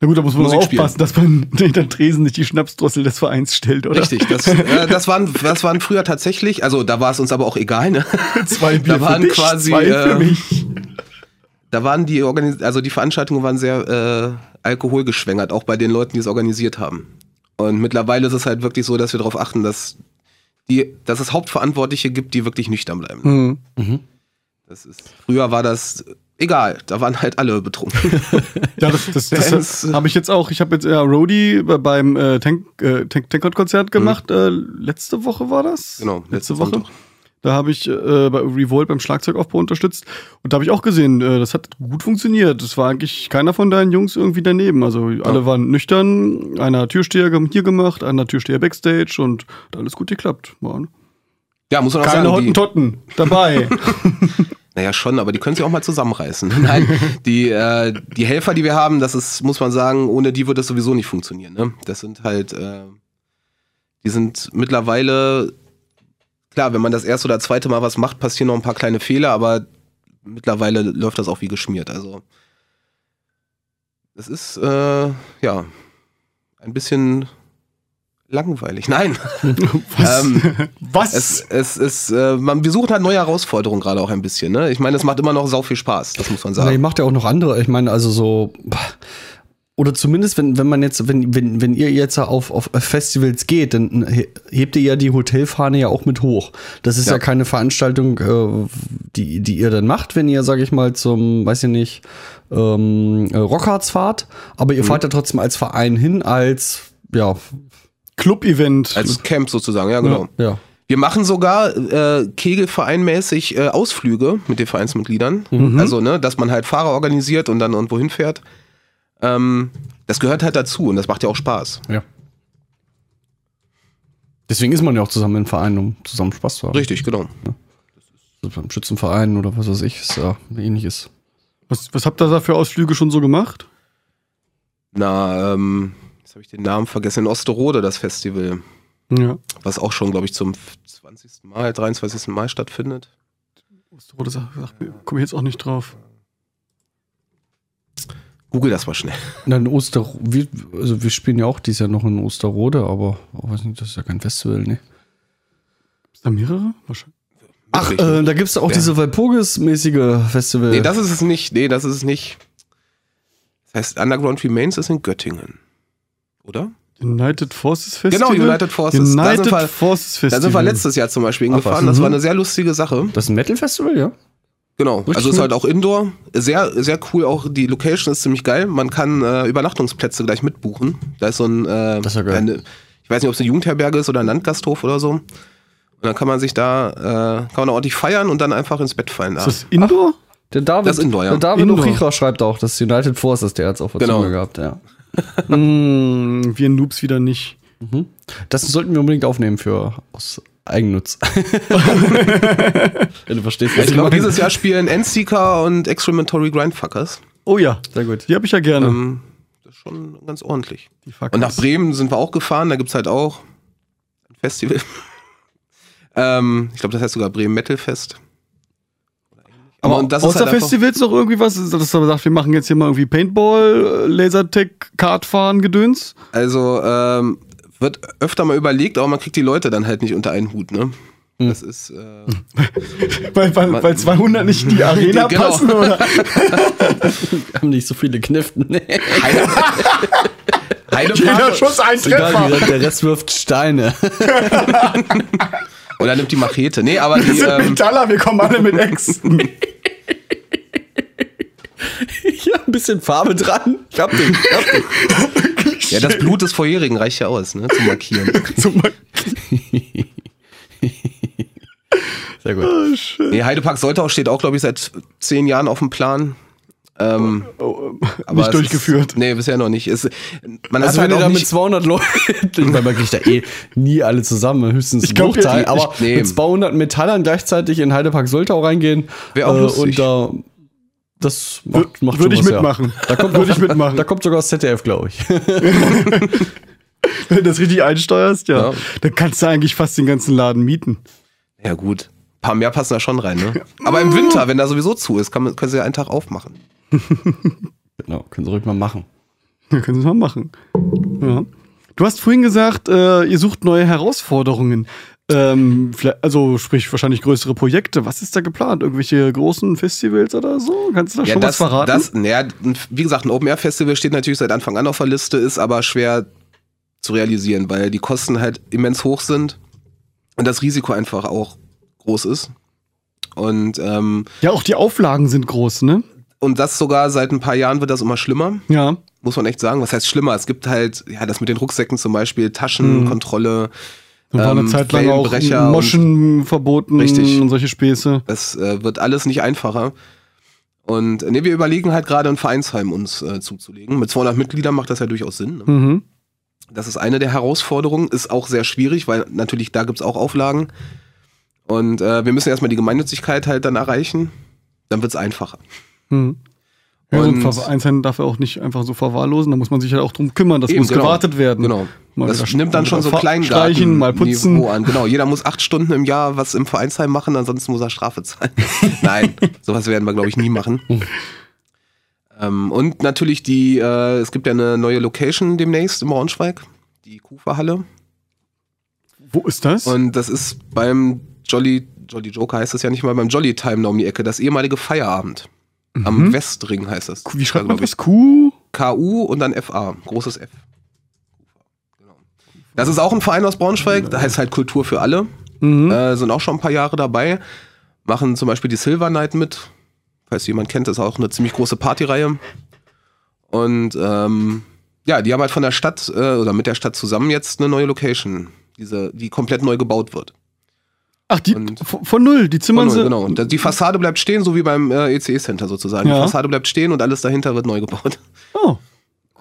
Speaker 2: Na gut, da muss man
Speaker 1: Musik
Speaker 2: auch
Speaker 1: spielen.
Speaker 2: aufpassen, dass man hinter den Tresen nicht die Schnapsdrossel des Vereins stellt, oder?
Speaker 1: richtig, das, äh, das, waren, das waren früher tatsächlich, also da war es uns aber auch egal, ne?
Speaker 2: Zwei Bier
Speaker 1: Da waren
Speaker 2: für dich,
Speaker 1: quasi,
Speaker 2: zwei für
Speaker 1: äh,
Speaker 2: mich.
Speaker 1: Da waren die Organis also die Veranstaltungen waren sehr äh, alkoholgeschwängert, auch bei den Leuten, die es organisiert haben. Und mittlerweile ist es halt wirklich so, dass wir darauf achten, dass die, dass es Hauptverantwortliche gibt, die wirklich nüchtern bleiben.
Speaker 2: Mhm.
Speaker 1: Das ist, früher war das äh, egal, da waren halt alle betrunken.
Speaker 2: Ja, das, das,
Speaker 1: Bands,
Speaker 2: das
Speaker 1: äh.
Speaker 2: habe ich jetzt auch. Ich habe jetzt ja Roadie bei- beim äh, Tank, äh, Tank, Tankard-Konzert gemacht. Äh, letzte Woche war das?
Speaker 1: Mhm. Genau,
Speaker 2: letzte,
Speaker 1: letzten
Speaker 2: Woche.
Speaker 1: Sonntag.
Speaker 2: Da habe ich äh, bei Revolt beim Schlagzeugaufbau unterstützt. Und da habe ich auch gesehen, äh, das hat gut funktioniert. Es war eigentlich keiner von deinen Jungs irgendwie daneben. Also alle waren nüchtern. Einer hat Türsteher gem- hier gemacht, einer hat Türsteher Backstage und hat alles gut geklappt. Man.
Speaker 1: Ja, muss man auch
Speaker 2: Keine
Speaker 1: sagen. Die,
Speaker 2: Hottentotten dabei.
Speaker 1: naja, schon, aber die können sich auch mal zusammenreißen. Nein, die, äh, die Helfer, die wir haben, das ist, muss man sagen, ohne die würde das sowieso nicht funktionieren. Ne? Das sind halt, äh, die sind mittlerweile, klar, wenn man das erste oder zweite Mal was macht, passieren noch ein paar kleine Fehler, aber mittlerweile läuft das auch wie geschmiert. Also, es ist, äh, ja, ein bisschen langweilig. Nein.
Speaker 2: Was?
Speaker 1: Ähm,
Speaker 2: Was?
Speaker 1: Es, es ist, äh, man, wir suchen halt neue Herausforderungen gerade auch ein bisschen. Ne? Ich meine, es macht immer noch sau viel Spaß, das muss man
Speaker 5: Nee,
Speaker 1: sagen.
Speaker 5: macht ja auch noch andere. Ich meine, also so. pah. Oder zumindest, wenn, wenn man jetzt, wenn, wenn, wenn ihr jetzt auf, auf Festivals geht, dann he- hebt ihr ja die Hotelfahne ja auch mit hoch. Das ist ja,
Speaker 1: Ja.
Speaker 5: keine Veranstaltung, äh, die, die ihr dann macht, wenn ihr, sag ich mal, zum, weiß ich nicht, ähm, äh, Rockharz fahrt. Aber
Speaker 1: Mhm.
Speaker 5: ihr fahrt ja trotzdem als Verein hin, als, ja,
Speaker 2: Club-Event.
Speaker 1: Als Camp sozusagen, ja genau.
Speaker 5: ja.
Speaker 1: Wir machen sogar äh, kegelvereinmäßig äh, Ausflüge mit den Vereinsmitgliedern.
Speaker 5: Mhm.
Speaker 2: Mhm.
Speaker 1: Also, ne, dass man halt Fahrer organisiert und dann irgendwo hinfährt. Ähm, das gehört halt dazu und das macht ja auch Spaß.
Speaker 5: ja. Deswegen ist man ja auch zusammen im Verein, um zusammen Spaß zu haben. Also
Speaker 1: Richtig, genau.
Speaker 5: Beim Schützenverein oder was weiß ich, ist ja ähnliches.
Speaker 2: was, was habt ihr da für Ausflüge schon so gemacht?
Speaker 1: Na, ähm, jetzt habe ich den Namen vergessen. In Osterode das Festival,
Speaker 2: Ja.
Speaker 1: was auch schon, glaube ich, zum 20. Mal, 23. Mal stattfindet.
Speaker 2: Osterode sagt, sagt mir- komm ich jetzt auch nicht drauf.
Speaker 1: Google das mal schnell.
Speaker 5: Dann Oster, wir, also wir spielen ja auch dieses Jahr noch in Osterrode, aber oh, weiß nicht, das ist ja kein Festival, ne?
Speaker 2: Ist da mehrere? Wahrscheinlich.
Speaker 5: Ach,
Speaker 1: Richtig.
Speaker 5: äh, da gibt es auch
Speaker 1: Ja.
Speaker 5: diese Walpurgis-mäßige Festival.
Speaker 1: Nee, das ist es nicht. Nee, das ist es nicht. Das heißt, Underground Remains ist in Göttingen. Oder?
Speaker 2: United Forces Festival.
Speaker 1: Genau, United Forces. Da sind
Speaker 2: United
Speaker 1: wir-
Speaker 2: Forces
Speaker 1: Da
Speaker 2: Festival.
Speaker 1: sind wir letztes Jahr zum Beispiel
Speaker 5: Ach, was,
Speaker 1: hingefahren. Das
Speaker 5: mhm.
Speaker 1: war eine sehr lustige Sache.
Speaker 5: das ist ein Metal-Festival, ja?
Speaker 1: Genau.
Speaker 5: Richtig
Speaker 1: Also ist
Speaker 5: cool.
Speaker 1: halt auch Indoor. Sehr, sehr cool. Auch die Location ist ziemlich geil. Man kann äh, Übernachtungsplätze gleich mitbuchen. Da ist so ein. Äh,
Speaker 5: Das ist ja geil.
Speaker 1: Eine, ich weiß nicht, ob es eine Jugendherberge ist oder ein Landgasthof oder so. Und dann kann man sich da, äh, kann man ordentlich feiern und dann einfach ins Bett fallen. Da.
Speaker 2: Ist das Indoor?
Speaker 5: Der David,
Speaker 1: Das ist Indoor, ja.
Speaker 5: Der David
Speaker 2: Indoor.
Speaker 5: Ochicha schreibt auch, das United Forces, der hat es auch vor
Speaker 1: Genau.
Speaker 5: Zunge gehabt, ja.
Speaker 2: Hm, wir Noobs wieder nicht.
Speaker 5: Das sollten wir unbedingt aufnehmen für aus Eigennutz. Wenn du verstehst, was
Speaker 1: ich glaube,
Speaker 5: meine.
Speaker 1: dieses Jahr spielen Endseeker und Excrementory Grindfuckers.
Speaker 2: Oh ja,
Speaker 5: Sehr gut.
Speaker 2: die habe ich ja gerne.
Speaker 1: Ähm, das ist schon ganz ordentlich.
Speaker 2: die Fuckers.
Speaker 1: Und nach Bremen sind wir auch gefahren, da gibt es halt auch ein Festival. ähm, ich glaube, das heißt sogar Bremen Metal Fest. Aber und das ist
Speaker 2: außer
Speaker 1: halt einfach,
Speaker 2: Festivals noch irgendwie was, dass man sagt, wir machen jetzt hier mal irgendwie Paintball, äh, Lasertag, Kartfahren, Gedöns.
Speaker 1: also ähm, wird öfter mal überlegt, aber man kriegt die Leute dann halt nicht unter einen Hut, ne? Das ist äh,
Speaker 2: Weil, weil, weil 200 nicht in die Arena
Speaker 1: Genau.
Speaker 2: passen, oder?
Speaker 5: Wir haben nicht so viele Kniften. Nee.
Speaker 1: Heide,
Speaker 2: Jeder
Speaker 1: Heidepark.
Speaker 2: Schuss ein
Speaker 5: Egal,
Speaker 2: Treffer.
Speaker 5: der- der Rest wirft Steine.
Speaker 1: Oder nimmt die Machete. Nee, aber
Speaker 2: Wir
Speaker 1: die,
Speaker 2: sind
Speaker 1: ähm,
Speaker 2: Metaller, wir kommen alle mit Äxten.
Speaker 5: Hier ein bisschen Farbe dran. Ich hab den, ich hab den.
Speaker 1: ja, das Blut des Vorjährigen reicht ja aus, ne? Zu markieren.
Speaker 2: Zum
Speaker 5: Sehr gut. Also
Speaker 1: Nee, Heidepark sollte auch, steht auch, glaube ich, seit zehn Jahren auf dem Plan. Ähm,
Speaker 2: Oh, ähm,
Speaker 1: aber es
Speaker 2: nicht durchgeführt.
Speaker 1: Ist, nee, bisher noch nicht. Es, man
Speaker 5: Also
Speaker 1: hat halt
Speaker 5: wenn ihr da
Speaker 1: auch
Speaker 5: mit
Speaker 1: nicht,
Speaker 5: 200 Leuten, weil man kriegt da eh nie alle zusammen, ne? höchstens
Speaker 2: Ich
Speaker 5: ich
Speaker 2: glaub,
Speaker 5: Bruchteil,
Speaker 1: die-
Speaker 5: aber
Speaker 1: ich- nee.
Speaker 5: mit 200 Metallern gleichzeitig in Heidepark-Soltau reingehen äh,
Speaker 1: Wär auch lustig.
Speaker 5: und da das macht, macht
Speaker 2: Würde
Speaker 5: schon
Speaker 2: ich
Speaker 5: was her.
Speaker 2: mitmachen.
Speaker 5: Da kommt
Speaker 2: Würde ich mitmachen.
Speaker 5: Da kommt sogar das ZDF, glaube ich.
Speaker 2: Wenn du das richtig einsteuerst, ja,
Speaker 1: Ja.
Speaker 2: dann kannst du eigentlich fast den ganzen Laden mieten.
Speaker 1: ja gut, ein paar mehr passen da schon rein, ne? Aber im Winter, wenn da sowieso zu ist, kann, man- können sie ja einen Tag aufmachen.
Speaker 5: Genau, können sie ruhig mal machen.
Speaker 2: Ja, können Sie mal machen. Ja. Du hast vorhin gesagt, äh, ihr sucht neue Herausforderungen. Ähm, vielleicht- also sprich wahrscheinlich größere Projekte. Was ist da geplant? Irgendwelche großen Festivals oder so? Kannst du da schon was verraten?
Speaker 1: Das, naja, wie gesagt, ein Open-Air-Festival steht natürlich seit Anfang an auf der Liste, ist aber schwer zu realisieren, weil die Kosten halt immens hoch sind und das Risiko einfach auch groß ist. Und, ähm,
Speaker 2: ja, auch die Auflagen sind groß, ne?
Speaker 1: und das sogar seit ein paar Jahren wird das immer schlimmer,
Speaker 2: Ja.
Speaker 1: muss man echt sagen. Was heißt schlimmer? Es gibt halt, ja, das mit den Rucksäcken zum Beispiel, Taschenkontrolle,
Speaker 2: Da war eine
Speaker 1: Ähm,
Speaker 2: Zeit lang auch
Speaker 1: Wellenbrecher und-
Speaker 2: Moschen verboten
Speaker 1: Richtig.
Speaker 2: und solche Späße.
Speaker 1: das äh, wird alles nicht einfacher. Und äh, nee, wir überlegen halt gerade ein Vereinsheim uns äh, zuzulegen. Mit 200 Mitgliedern macht das ja durchaus Sinn. Ne?
Speaker 2: Mhm.
Speaker 1: Das ist eine der Herausforderungen, ist auch sehr schwierig, weil natürlich da gibt's auch Auflagen. Und äh, wir müssen erstmal die Gemeinnützigkeit halt dann erreichen. Dann wird's einfacher.
Speaker 2: Mhm. Ja, so ein
Speaker 1: Und-
Speaker 2: Vereinsheim darf er auch nicht einfach so verwahrlosen, da muss man sich halt auch drum kümmern, das
Speaker 1: Eben,
Speaker 2: muss
Speaker 1: genau.
Speaker 2: gewartet werden.
Speaker 1: Genau.
Speaker 2: Mal
Speaker 1: das
Speaker 2: wieder
Speaker 1: nimmt dann
Speaker 2: sch-
Speaker 1: schon so
Speaker 2: fa-
Speaker 1: kleinen
Speaker 2: streichen, mal putzen.
Speaker 1: an. Genau, jeder muss acht Stunden im Jahr was im Vereinsheim machen, ansonsten muss er Strafe zahlen. Nein, sowas werden wir, glaube ich, nie machen. ähm, und natürlich die, äh, es gibt ja eine neue Location demnächst im Braunschweig, die Kuferhalle.
Speaker 2: Wo ist das?
Speaker 1: Und das ist beim Jolly, Jolly Joker heißt es ja nicht mal, beim Jolly Time da um die Ecke, das ehemalige Feierabend. Am Westring heißt das.
Speaker 2: Mhm. Wie schreibt man
Speaker 1: Glaub ich.
Speaker 2: das? Kuh?
Speaker 1: KU und dann FA, großes F. Genau. Das ist auch ein Verein aus Braunschweig, da heißt halt Kultur für alle.
Speaker 2: Mhm.
Speaker 1: Äh, sind auch schon ein paar Jahre dabei, machen zum Beispiel die Silver Night mit. Falls jemand kennt, das ist auch eine ziemlich große Partyreihe. Und ähm, ja, die haben halt von der Stadt äh, oder mit der Stadt zusammen jetzt eine neue Location, diese, die komplett neu gebaut wird.
Speaker 2: Ach, die
Speaker 1: und-
Speaker 2: von, von null, die zimmern
Speaker 1: Von null,
Speaker 2: sie.
Speaker 1: genau. Und da- Die Fassade bleibt stehen, so wie beim äh, ECE-Center sozusagen.
Speaker 2: Ja.
Speaker 1: Die Fassade bleibt stehen und alles dahinter wird neu gebaut.
Speaker 2: Oh,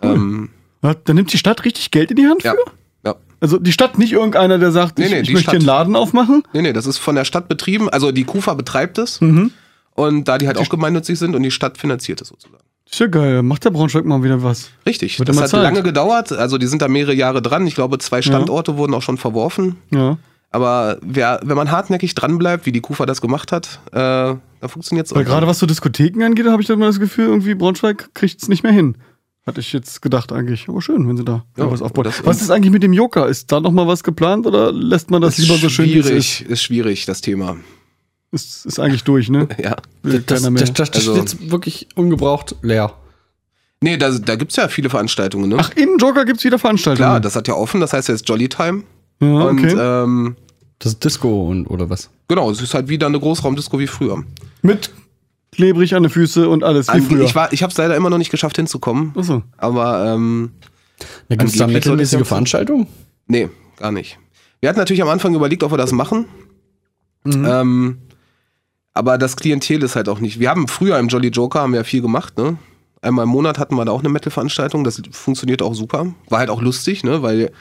Speaker 1: Ähm,
Speaker 2: ja, da nimmt die Stadt richtig Geld in die Hand
Speaker 1: ja.
Speaker 2: für?
Speaker 1: ja.
Speaker 2: Also die Stadt, nicht irgendeiner, der sagt,
Speaker 1: Nee,
Speaker 2: ich,
Speaker 1: nee,
Speaker 2: ich
Speaker 1: die
Speaker 2: möchte hier einen
Speaker 1: Stadt.
Speaker 2: Laden aufmachen.
Speaker 1: Nee, nee, das ist von der Stadt betrieben. Also die KUFA betreibt es.
Speaker 2: Mhm.
Speaker 1: Und da die halt auch gemeinnützig sind und die Stadt finanziert es sozusagen.
Speaker 2: Ist ja geil, macht der Braunschweig mal wieder was.
Speaker 1: Richtig.
Speaker 2: Wird
Speaker 1: das
Speaker 2: immer
Speaker 1: hat
Speaker 2: Zeit.
Speaker 1: lange gedauert. Also die sind da mehrere Jahre dran. Ich glaube, zwei Standorte wurden auch schon verworfen.
Speaker 2: Ja.
Speaker 1: Aber wer, wenn man hartnäckig dranbleibt, wie die KUFA das gemacht hat, äh, dann funktioniert es
Speaker 2: Weil gerade was so Diskotheken angeht, habe ich dann mal das Gefühl, irgendwie Braunschweig kriegt es nicht mehr hin. Hatte ich jetzt gedacht eigentlich. Aber schön, wenn sie da
Speaker 1: Ja,
Speaker 2: was aufbauen.
Speaker 1: das-
Speaker 2: Was ist eigentlich mit dem Joker? Ist da noch mal was geplant oder lässt man das
Speaker 1: ist
Speaker 2: lieber so schön wie es ist?
Speaker 1: schwierig, ist schwierig, das Thema.
Speaker 2: ist? Ist eigentlich durch, ne?
Speaker 1: Ja.
Speaker 2: Will keiner mehr.
Speaker 1: Also-
Speaker 5: jetzt wirklich ungebraucht leer.
Speaker 1: Nee, da, da gibt es ja viele Veranstaltungen, ne?
Speaker 2: Ach, im Joker gibt's wieder Veranstaltungen.
Speaker 1: Klar, das hat ja offen, das heißt jetzt Jolly Time.
Speaker 2: ja,
Speaker 1: Und
Speaker 2: Ah, okay.
Speaker 1: ähm,
Speaker 5: Das ist Disco und oder was?
Speaker 1: genau, es ist halt wieder eine Großraumdisco wie früher.
Speaker 2: Mit klebrig an den Füße und alles, wie
Speaker 1: Ange-
Speaker 2: früher.
Speaker 1: Ich, war, ich habe es leider immer noch nicht geschafft hinzukommen,
Speaker 2: Achso.
Speaker 1: aber ähm,
Speaker 5: Da gibt es da
Speaker 1: Angeblich soll das
Speaker 5: mittelmäßige
Speaker 1: ja-
Speaker 5: Veranstaltungen?
Speaker 1: nee, gar nicht. Wir hatten natürlich am Anfang überlegt, ob wir das machen.
Speaker 2: Mhm.
Speaker 1: Ähm, aber das Klientel ist halt auch nicht. Wir haben früher im Jolly Joker haben wir ja viel gemacht, ne? Einmal im Monat hatten wir da auch eine Metal-Veranstaltung, das funktioniert auch super. War halt auch lustig, ne? Weil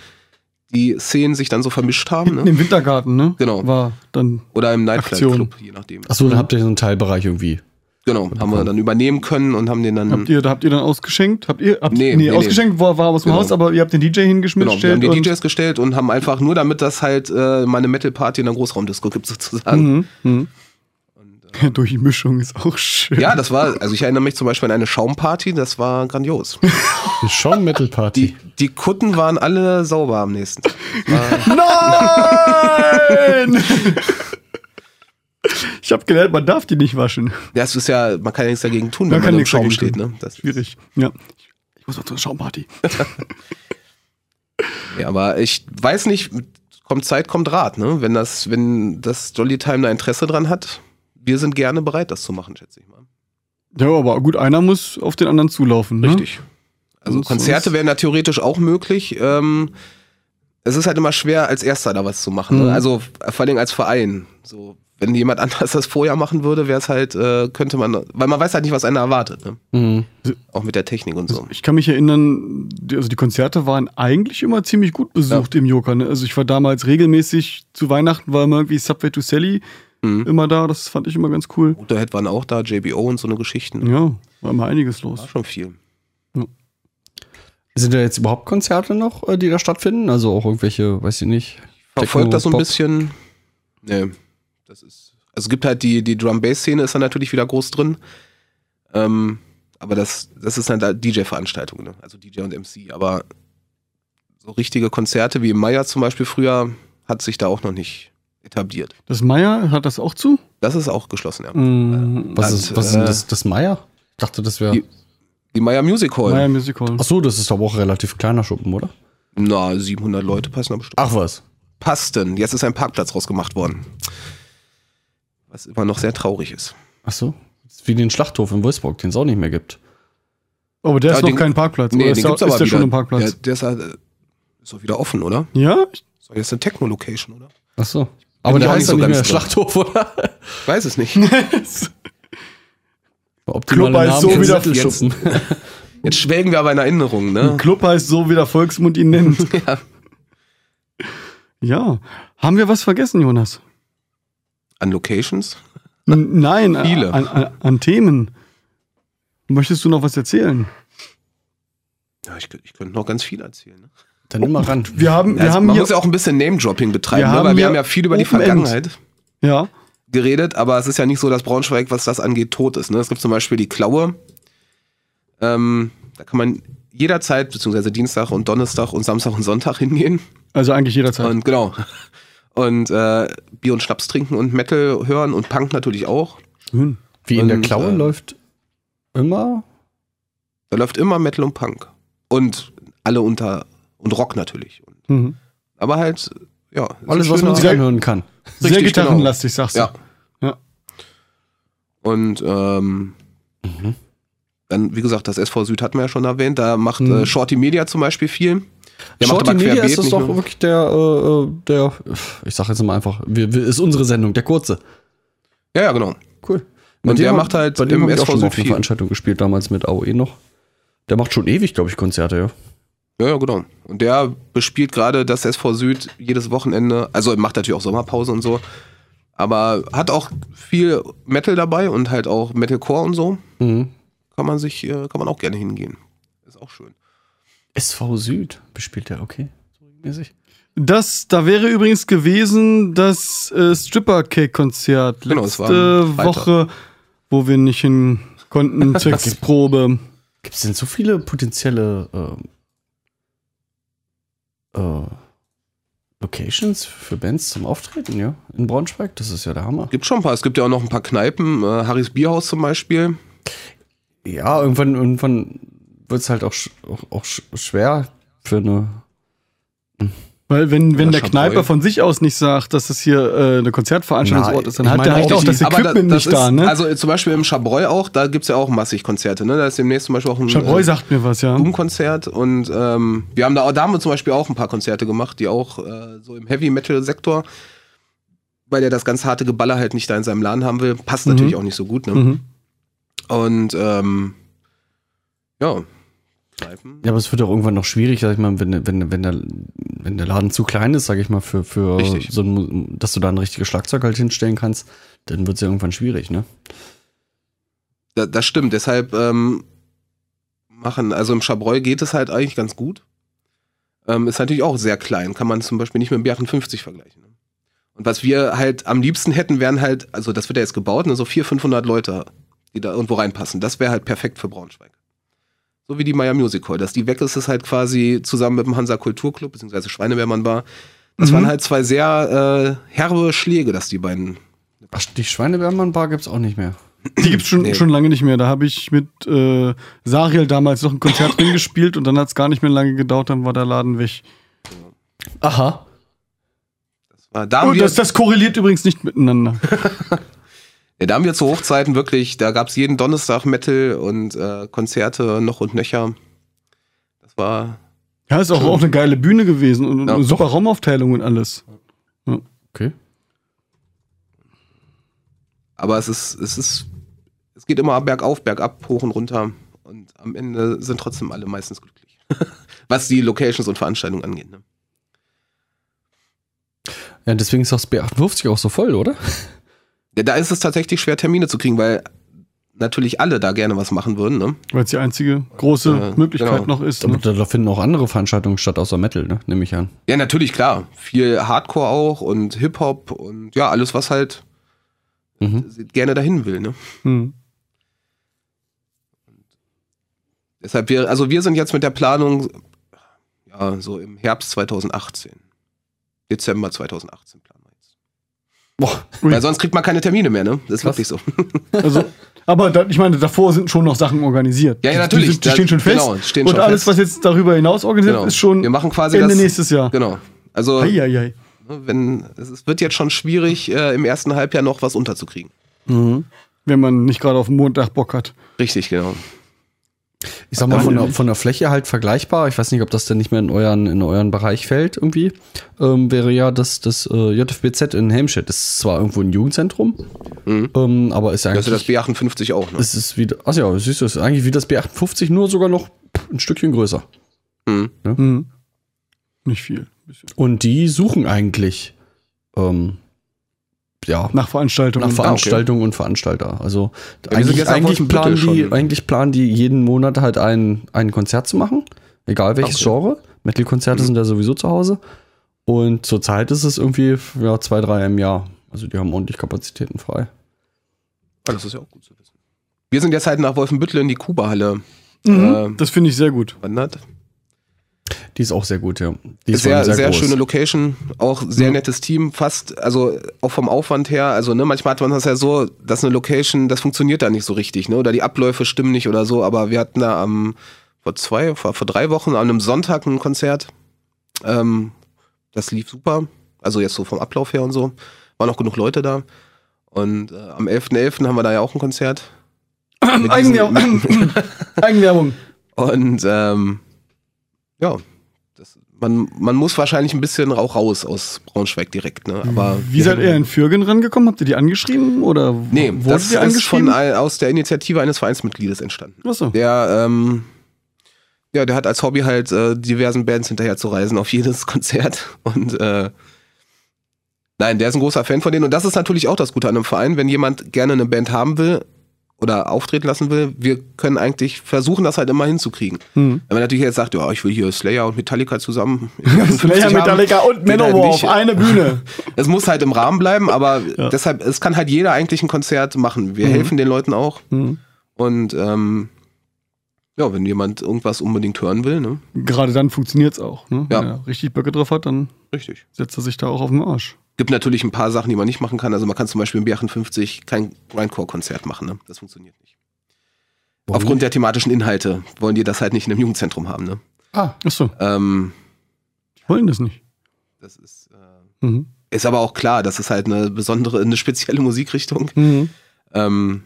Speaker 1: die Szenen sich dann so vermischt haben,
Speaker 2: Hinten
Speaker 1: ne?
Speaker 2: im Wintergarten, ne?
Speaker 1: Genau.
Speaker 2: War dann.
Speaker 1: Oder im
Speaker 2: Aktion.
Speaker 1: Nightflight-Club, je nachdem.
Speaker 5: Achso, dann habt ihr so einen Teilbereich irgendwie.
Speaker 1: Genau, haben wir dann übernehmen können und haben den dann.
Speaker 2: Habt ihr, da habt ihr dann ausgeschenkt? Habt ihr, habt, nee,
Speaker 1: Mhm. Nee, nee, nee.
Speaker 2: ausgeschenkt war, war aus dem
Speaker 1: Genau.
Speaker 2: Haus, aber ihr habt den DJ hingeschmissen.
Speaker 1: Genau, wir haben die
Speaker 2: und-
Speaker 1: DJs gestellt und haben einfach nur damit das halt äh, meine Metal-Party in der Großraumdisco gibt sozusagen.
Speaker 2: Mhm. Mhm. Durch die Mischung ist auch schön.
Speaker 1: ähm, Ja, das war, also ich erinnere mich zum Beispiel an eine Schaumparty, das war grandios.
Speaker 5: Eine Schaum-Metal-Party.
Speaker 1: Die, die Kutten waren alle sauber am nächsten Tag.
Speaker 2: Nein! ich habe gelernt, man darf die nicht waschen.
Speaker 1: Das ist ja, man kann ja nichts dagegen tun,
Speaker 2: Man
Speaker 1: wenn
Speaker 2: kann
Speaker 1: man im
Speaker 2: nichts
Speaker 1: Schaum
Speaker 2: dagegen
Speaker 1: steht,
Speaker 2: tun.
Speaker 1: ne? Das,
Speaker 2: Schwierig. Ja. Ich muss auf so eine Schaumparty.
Speaker 1: ja, aber ich weiß nicht, kommt Zeit, kommt Rat, ne? Wenn das, wenn das Jolly Time da Interesse dran hat, wir sind gerne bereit, das zu machen, schätze ich mal.
Speaker 2: Ja, aber gut, einer muss auf den anderen zulaufen. Ne?
Speaker 1: Richtig. Also
Speaker 2: Sonst-
Speaker 1: Konzerte
Speaker 2: sonst-
Speaker 1: wären da theoretisch auch möglich. Ähm, es ist halt immer schwer, als Erster da was zu machen.
Speaker 2: Mhm.
Speaker 1: Ne? Also vor allem als Verein. So, wenn jemand anders das vorher machen würde, wäre es halt, äh, könnte man, weil man weiß halt nicht, was einer erwartet. Ne? Auch mit der Technik und so.
Speaker 2: Ich kann mich erinnern, die- also die Konzerte waren eigentlich immer ziemlich gut besucht im Joker. Ne? Also ich war damals regelmäßig zu Weihnachten, war immer irgendwie Subway to Sally
Speaker 1: Mhm.
Speaker 2: immer da. Das fand ich immer ganz cool.
Speaker 1: Motorhead waren auch da, JBO und so eine Geschichten.
Speaker 2: Ja, war immer einiges los.
Speaker 1: War schon viel.
Speaker 5: Sind da jetzt überhaupt Konzerte noch, äh, die da stattfinden? Also auch irgendwelche, weiß ich nicht.
Speaker 1: Verfolgt das so ein
Speaker 5: Techno-Pop?
Speaker 1: bisschen. Nee, das ist. Also es gibt halt die, die Drum-Bass-Szene, ist da natürlich wieder groß drin. Ähm, aber das, das ist dann DJ-Veranstaltung, ne? also DJ und MC. Aber so richtige Konzerte wie im Meier zum Beispiel früher hat sich da auch noch nicht etabliert.
Speaker 2: Das Meier hat das auch zu? Mm.
Speaker 1: Das ist auch geschlossen,
Speaker 2: Mhm.
Speaker 1: ja.
Speaker 5: Was ist, was ist denn
Speaker 1: äh,
Speaker 5: das, das Meier? Ich dachte, das wäre.
Speaker 1: Die- Die Meier Music Hall.
Speaker 2: Meier Music Hall.
Speaker 5: Achso, das ist aber auch ein relativ kleiner Schuppen, oder?
Speaker 1: Na, 700 Leute passen da bestimmt.
Speaker 5: Ach was.
Speaker 1: Passten. Jetzt ist ein Parkplatz rausgemacht worden. Was immer noch sehr traurig ist.
Speaker 5: Achso. Wie den Schlachthof in Wolfsburg, den es auch nicht mehr gibt.
Speaker 2: Oh, Aber der
Speaker 1: Ja,
Speaker 2: ist noch
Speaker 1: den-
Speaker 2: kein Parkplatz.
Speaker 1: Nee,
Speaker 2: oder?
Speaker 1: den
Speaker 2: ist der,
Speaker 1: gibt's aber
Speaker 2: ist der
Speaker 1: wieder.
Speaker 2: schon ein Parkplatz?
Speaker 1: Der, der ist, halt, äh, ist doch wieder offen, oder?
Speaker 2: ja? Ich-
Speaker 1: So, jetzt eine Techno-Location, oder?
Speaker 5: Achso. Aber
Speaker 1: Bin ich
Speaker 5: der
Speaker 1: auch
Speaker 5: heißt
Speaker 1: nicht so
Speaker 5: doch nicht
Speaker 1: ganz
Speaker 5: mehr
Speaker 1: drin.
Speaker 5: Schlachthof, oder?
Speaker 1: Ich weiß es nicht.
Speaker 5: Optimale
Speaker 2: Club heißt
Speaker 5: Namen
Speaker 2: so
Speaker 5: für
Speaker 2: wieder-
Speaker 5: Mittelschuppen.
Speaker 1: Jetzt schwelgen wir aber in Erinnerungen,
Speaker 2: Ein
Speaker 1: ne?
Speaker 2: Club heißt so, wie der Volksmund ihn nennt.
Speaker 1: Ja.
Speaker 2: ja. Haben wir was vergessen, Jonas?
Speaker 1: An Locations?
Speaker 2: N- Nein, äh,
Speaker 1: Viele.
Speaker 2: An, an, an Themen. Möchtest du noch was erzählen?
Speaker 1: Ja, ich, kö- ich könnte noch ganz viel erzählen. Ne?
Speaker 5: Dann immer ran.
Speaker 2: Wir
Speaker 1: Ja,
Speaker 2: haben, wir
Speaker 1: also
Speaker 2: haben
Speaker 1: man
Speaker 2: hier,
Speaker 1: muss ja auch ein bisschen Name-Dropping betreiben,
Speaker 2: Wir
Speaker 1: ne?
Speaker 2: haben
Speaker 1: weil wir
Speaker 2: hier
Speaker 1: haben ja viel über die
Speaker 2: Open End.
Speaker 1: Vergangenheit
Speaker 2: ja,
Speaker 1: geredet, aber es ist ja nicht so, dass Braunschweig, was das angeht, tot ist. Ne? Es gibt zum Beispiel die Klaue. Ähm, da kann man jederzeit, beziehungsweise Dienstag und Donnerstag und Samstag und Sonntag hingehen.
Speaker 2: also eigentlich jederzeit.
Speaker 1: Und genau. Und äh, Bier und Schnaps trinken und Metal hören und Punk natürlich auch.
Speaker 2: Schön.
Speaker 5: Wie in der
Speaker 1: Und,
Speaker 5: Klaue
Speaker 1: äh,
Speaker 5: läuft immer.
Speaker 1: Da läuft immer Metal und Punk. Und alle unter und Rock natürlich. Und,
Speaker 2: Mhm.
Speaker 1: aber halt, ja. ist
Speaker 5: Alles,
Speaker 1: ein
Speaker 5: was man sich
Speaker 1: schöner-
Speaker 5: anhören kann.
Speaker 2: Sehr
Speaker 1: Richtig, genau.
Speaker 2: gitarrenlastig, sagst du.
Speaker 1: Ja.
Speaker 2: Ja.
Speaker 1: Und ähm,
Speaker 5: Mhm.
Speaker 1: dann, wie gesagt, das SV Süd hatten wir ja schon erwähnt, da macht äh, Shorty Media zum Beispiel viel. Der macht
Speaker 5: Mhm. Shorty
Speaker 1: aber
Speaker 5: Media
Speaker 1: querbeet,
Speaker 5: ist das
Speaker 1: nicht
Speaker 5: doch
Speaker 1: nur-
Speaker 5: wirklich der, äh, äh, der, ich sag jetzt mal einfach, wir, wir, ist unsere Sendung, der kurze.
Speaker 1: Ja, ja, genau.
Speaker 5: Cool.
Speaker 1: Und
Speaker 5: Mit dem
Speaker 1: der
Speaker 5: hab-
Speaker 1: macht halt
Speaker 5: bei dem
Speaker 1: im
Speaker 5: hab ich auch
Speaker 1: SV
Speaker 5: schon
Speaker 1: so
Speaker 5: auf einer
Speaker 1: viel.
Speaker 5: Veranstaltung gespielt, damals mit AOE noch. Der macht schon ewig, glaube ich, Konzerte, ja.
Speaker 1: Ja, ja, genau. Und der bespielt gerade das SV Süd jedes Wochenende. Also er macht natürlich auch Sommerpause und so. Aber hat auch viel Metal dabei und halt auch Metalcore und so. Kann man sich, äh, kann man auch gerne hingehen. Ist auch schön.
Speaker 5: SV Süd bespielt der, okay. So regelmäßig.
Speaker 2: Das, da wäre übrigens gewesen das äh, Stripper Cake Konzert
Speaker 1: Genau, es
Speaker 2: letzte
Speaker 1: war am Freitag.
Speaker 2: Woche, wo wir nicht hin konnten, zwecks Probe.
Speaker 5: Gibt es denn so viele potenzielle ähm, äh, Locations für Bands zum Auftreten, ja? In Braunschweig? Das ist ja der Hammer.
Speaker 1: Gibt schon ein paar. Es gibt ja auch noch ein paar Kneipen. Äh, Harrys Bierhaus zum Beispiel.
Speaker 5: Ja, irgendwann, irgendwann wird es halt auch, sch- auch, auch sch- schwer für eine.
Speaker 2: Weil wenn, wenn
Speaker 1: Oder
Speaker 2: der
Speaker 1: Schabreu.
Speaker 2: Kneiper von sich aus nicht sagt, dass es hier äh, eine Konzertveranstaltungsort
Speaker 5: Nein,
Speaker 2: ist, dann
Speaker 5: ich
Speaker 2: hat
Speaker 5: meine
Speaker 2: der halt
Speaker 5: richtig
Speaker 2: auch das
Speaker 5: nicht.
Speaker 1: Genau. Aber da-
Speaker 2: Equipment
Speaker 1: das
Speaker 2: nicht da,
Speaker 1: ist-
Speaker 2: ne?
Speaker 1: Also äh, zum Beispiel im Schabreu auch, da gibt es ja auch massig Konzerte. Ne? Da ist demnächst zum Beispiel auch ein
Speaker 2: Schabreu
Speaker 1: äh,
Speaker 2: sagt mir was, ja.
Speaker 1: Doom-Konzert und ähm, wir haben da, auch- da haben wir zum Beispiel auch ein paar Konzerte gemacht, die auch äh, so im Heavy-Metal-Sektor, weil der das ganz harte Geballer halt nicht da in seinem Laden haben will, passt natürlich auch nicht so gut. Ne?
Speaker 2: Mhm.
Speaker 1: Und ähm, ja, Kneipen.
Speaker 5: Ja, aber es wird auch irgendwann noch schwierig, sag ich mal, wenn, wenn, wenn, der, wenn der Laden zu klein ist, sag ich mal, für, für
Speaker 1: Richtig.
Speaker 5: so ein, Mu- dass du da ein richtiges Schlagzeug halt hinstellen kannst, dann wird es ja irgendwann schwierig, ne?
Speaker 1: Da, das stimmt, deshalb ähm, machen, also im Schabreu geht es halt eigentlich ganz gut. Ähm, ist natürlich auch sehr klein, kann man zum Beispiel nicht mit dem B58 vergleichen. Ne? Und was wir halt am liebsten hätten, wären halt, also das wird ja jetzt gebaut, ne, so 400, 500 Leute, die da irgendwo reinpassen. Das wäre halt perfekt für Braunschweig. So wie die Meier Music Hall. Dass die weg ist, ist halt quasi zusammen mit dem Hansa Kulturclub, beziehungsweise Schweinewehrmann war. Das waren halt zwei sehr äh, herbe Schläge, dass die beiden.
Speaker 5: Ach, die Schweinebermann-Bar gibt's auch nicht mehr.
Speaker 2: Die gibt's schon,
Speaker 1: Nee.
Speaker 2: schon lange nicht mehr. Da habe ich mit äh, Sariel damals noch ein Konzert drin gespielt und dann hat's gar nicht mehr lange gedauert, dann war der Laden weg.
Speaker 5: Aha.
Speaker 1: Äh, Da haben
Speaker 2: Oh,
Speaker 1: wir-
Speaker 2: das, das korreliert übrigens nicht miteinander.
Speaker 1: Ja, da haben wir zu Hochzeiten wirklich, da gab es jeden Donnerstag Metal und äh, Konzerte noch und nöcher. Das war,
Speaker 2: Ja, ist auch, auch eine geile Bühne gewesen und
Speaker 1: Ja,
Speaker 2: eine super Raumaufteilung und alles.
Speaker 5: Okay.
Speaker 1: Aber es ist, es ist, es geht immer bergauf, bergab, hoch und runter. Und am Ende sind trotzdem alle meistens glücklich. Was die Locations und Veranstaltungen angeht. Ne?
Speaker 5: Ja, deswegen ist das B58 auch so voll, oder?
Speaker 1: Ja, da ist es tatsächlich schwer, Termine zu kriegen, weil natürlich alle da gerne was machen würden. Ne?
Speaker 2: Weil es die einzige große
Speaker 1: Äh,
Speaker 2: Möglichkeit
Speaker 1: genau.
Speaker 2: noch ist. Ne?
Speaker 5: Da, da finden auch andere Veranstaltungen statt, außer Metal, ne? Nehme ich an.
Speaker 1: Ja, natürlich, klar. Viel Hardcore auch und Hip-Hop und ja, alles, was halt
Speaker 5: Mhm.
Speaker 1: gerne dahin will. Ne?
Speaker 2: Hm.
Speaker 1: Deshalb, wir, also wir sind jetzt mit der Planung ja, so im Herbst 2018. Dezember 2018 planen wir jetzt.
Speaker 2: Ui.
Speaker 1: Weil sonst kriegt man keine Termine mehr, ne? Das ist
Speaker 5: Krass.
Speaker 1: wirklich so.
Speaker 2: Also, aber da, ich meine, davor sind schon noch Sachen organisiert.
Speaker 1: Ja, ja,
Speaker 2: Die-
Speaker 1: natürlich.
Speaker 2: Die, sind, die
Speaker 1: Da-
Speaker 2: stehen schon fest.
Speaker 1: genau, stehen
Speaker 2: und
Speaker 1: schon
Speaker 2: alles,
Speaker 1: fest.
Speaker 2: was jetzt darüber hinaus organisiert,
Speaker 1: Genau.
Speaker 2: ist schon
Speaker 1: Wir machen quasi
Speaker 2: Ende
Speaker 1: das-
Speaker 2: nächstes Jahr.
Speaker 1: Genau. Also, ne,
Speaker 2: Eieiei.
Speaker 1: wenn, es ist- wird jetzt schon schwierig, äh, im ersten Halbjahr noch was unterzukriegen.
Speaker 2: Wenn man nicht gerade auf den Montag Bock hat.
Speaker 1: Richtig, genau.
Speaker 5: Ich sag mal, von der, von der Fläche halt vergleichbar. Ich weiß nicht, ob das denn nicht mehr in euren, in euren Bereich fällt irgendwie. Ähm, wäre ja das, das äh, JFBZ in Helmstedt. Das ist zwar irgendwo ein Jugendzentrum, ähm, aber ist ja
Speaker 1: Das ist
Speaker 5: eigentlich.
Speaker 1: das B58 auch, ne?
Speaker 5: es ist wieder. Ach ja, siehst du, es ist eigentlich wie das B58, nur sogar noch ein Stückchen größer.
Speaker 1: Mhm.
Speaker 2: Hm. Nicht viel. Bisschen.
Speaker 5: Und die suchen eigentlich ähm, ja,
Speaker 2: Nach Veranstaltungen.
Speaker 5: nach
Speaker 1: Ah, okay.
Speaker 5: Veranstaltungen und Veranstalter. Also
Speaker 1: wir sind
Speaker 5: eigentlich,
Speaker 1: jetzt nach
Speaker 5: eigentlich,
Speaker 1: Wolfenbüttel
Speaker 5: planen die,
Speaker 1: schon.
Speaker 5: eigentlich planen die jeden Monat halt ein, ein Konzert zu machen. Egal welches
Speaker 1: Okay.
Speaker 5: Genre. Metal-Konzerte sind ja sowieso zu Hause. Und zurzeit ist es irgendwie ja, zwei, drei im Jahr. Also die haben ordentlich Kapazitäten frei.
Speaker 1: Ah, Das ist ja auch gut zu wissen. Wir sind jetzt halt nach Wolfenbüttel in die Kuba-Halle äh,
Speaker 2: mhm. Das finde ich sehr gut.
Speaker 1: gewandert.
Speaker 5: Die ist auch sehr gut, ja. Die ist vor
Speaker 1: sehr,
Speaker 5: allem
Speaker 1: sehr,
Speaker 5: groß. Mhm.
Speaker 1: schöne Location, auch sehr nettes Team, fast, also auch vom Aufwand her, also ne, manchmal hat man das ja so, dass eine Location, das funktioniert da nicht so richtig, ne? Oder die Abläufe stimmen nicht oder so, aber wir hatten da am vor zwei, vor, vor drei Wochen an einem Sonntag ein Konzert. Ähm, das lief super. Also jetzt so vom Ablauf her und so. Waren auch genug Leute da. Und äh, am 11.11. haben wir da ja auch ein Konzert. Mit
Speaker 2: Eigenwerbung. Eigenwerbung.
Speaker 1: und ähm, ja, das, man, man muss wahrscheinlich ein bisschen auch raus aus Braunschweig direkt, ne? Aber
Speaker 2: Wie seid ihr in Fürgen rangekommen? Habt ihr die angeschrieben? Oder w-
Speaker 1: Nee,
Speaker 2: wurdet
Speaker 1: das
Speaker 2: ihr
Speaker 1: ist von,
Speaker 2: angeschrieben?
Speaker 1: ein- aus der Initiative eines Vereinsmitgliedes entstanden.
Speaker 2: Achso.
Speaker 1: Der, ähm, ja, der hat als Hobby halt äh, diversen Bands hinterherzureisen auf jedes Konzert. Und äh, nein, der ist ein großer Fan von denen. Und das ist natürlich auch das Gute an einem Verein, wenn jemand gerne eine Band haben will oder auftreten lassen will, wir können eigentlich versuchen, das halt immer hinzukriegen.
Speaker 2: Hm.
Speaker 1: Wenn man natürlich jetzt sagt, ja, ich will hier Slayer und Metallica zusammen.
Speaker 2: Slayer, Metallica und
Speaker 1: Geht halt
Speaker 2: Manowar auf
Speaker 1: nicht.
Speaker 2: eine Bühne.
Speaker 1: Es muss halt im Rahmen bleiben, aber
Speaker 2: Ja.
Speaker 1: deshalb, es kann halt jeder eigentlich ein Konzert machen. Wir helfen den Leuten auch.
Speaker 2: Mhm.
Speaker 1: Und ähm, ja, wenn jemand irgendwas unbedingt hören will, ne?
Speaker 2: Gerade dann funktioniert's auch. Ne?
Speaker 1: Ja.
Speaker 2: Wenn er richtig Böcke drauf hat, dann
Speaker 1: Richtig.
Speaker 2: setzt er sich da auch auf den Arsch.
Speaker 1: Gibt natürlich ein paar Sachen, die man nicht machen kann. Also man kann zum Beispiel im B58 kein Grindcore-Konzert machen, ne? Das funktioniert nicht.
Speaker 5: Warum
Speaker 1: Aufgrund der thematischen Inhalte wollen die das halt nicht in einem Jugendzentrum haben, ne?
Speaker 5: Ah,
Speaker 2: Achso,
Speaker 1: Ähm,
Speaker 2: die wollen das nicht.
Speaker 1: das ist, äh,
Speaker 2: Mhm.
Speaker 1: ist aber auch klar, das ist halt eine besondere, eine spezielle Musikrichtung.
Speaker 2: Mhm.
Speaker 1: Ähm,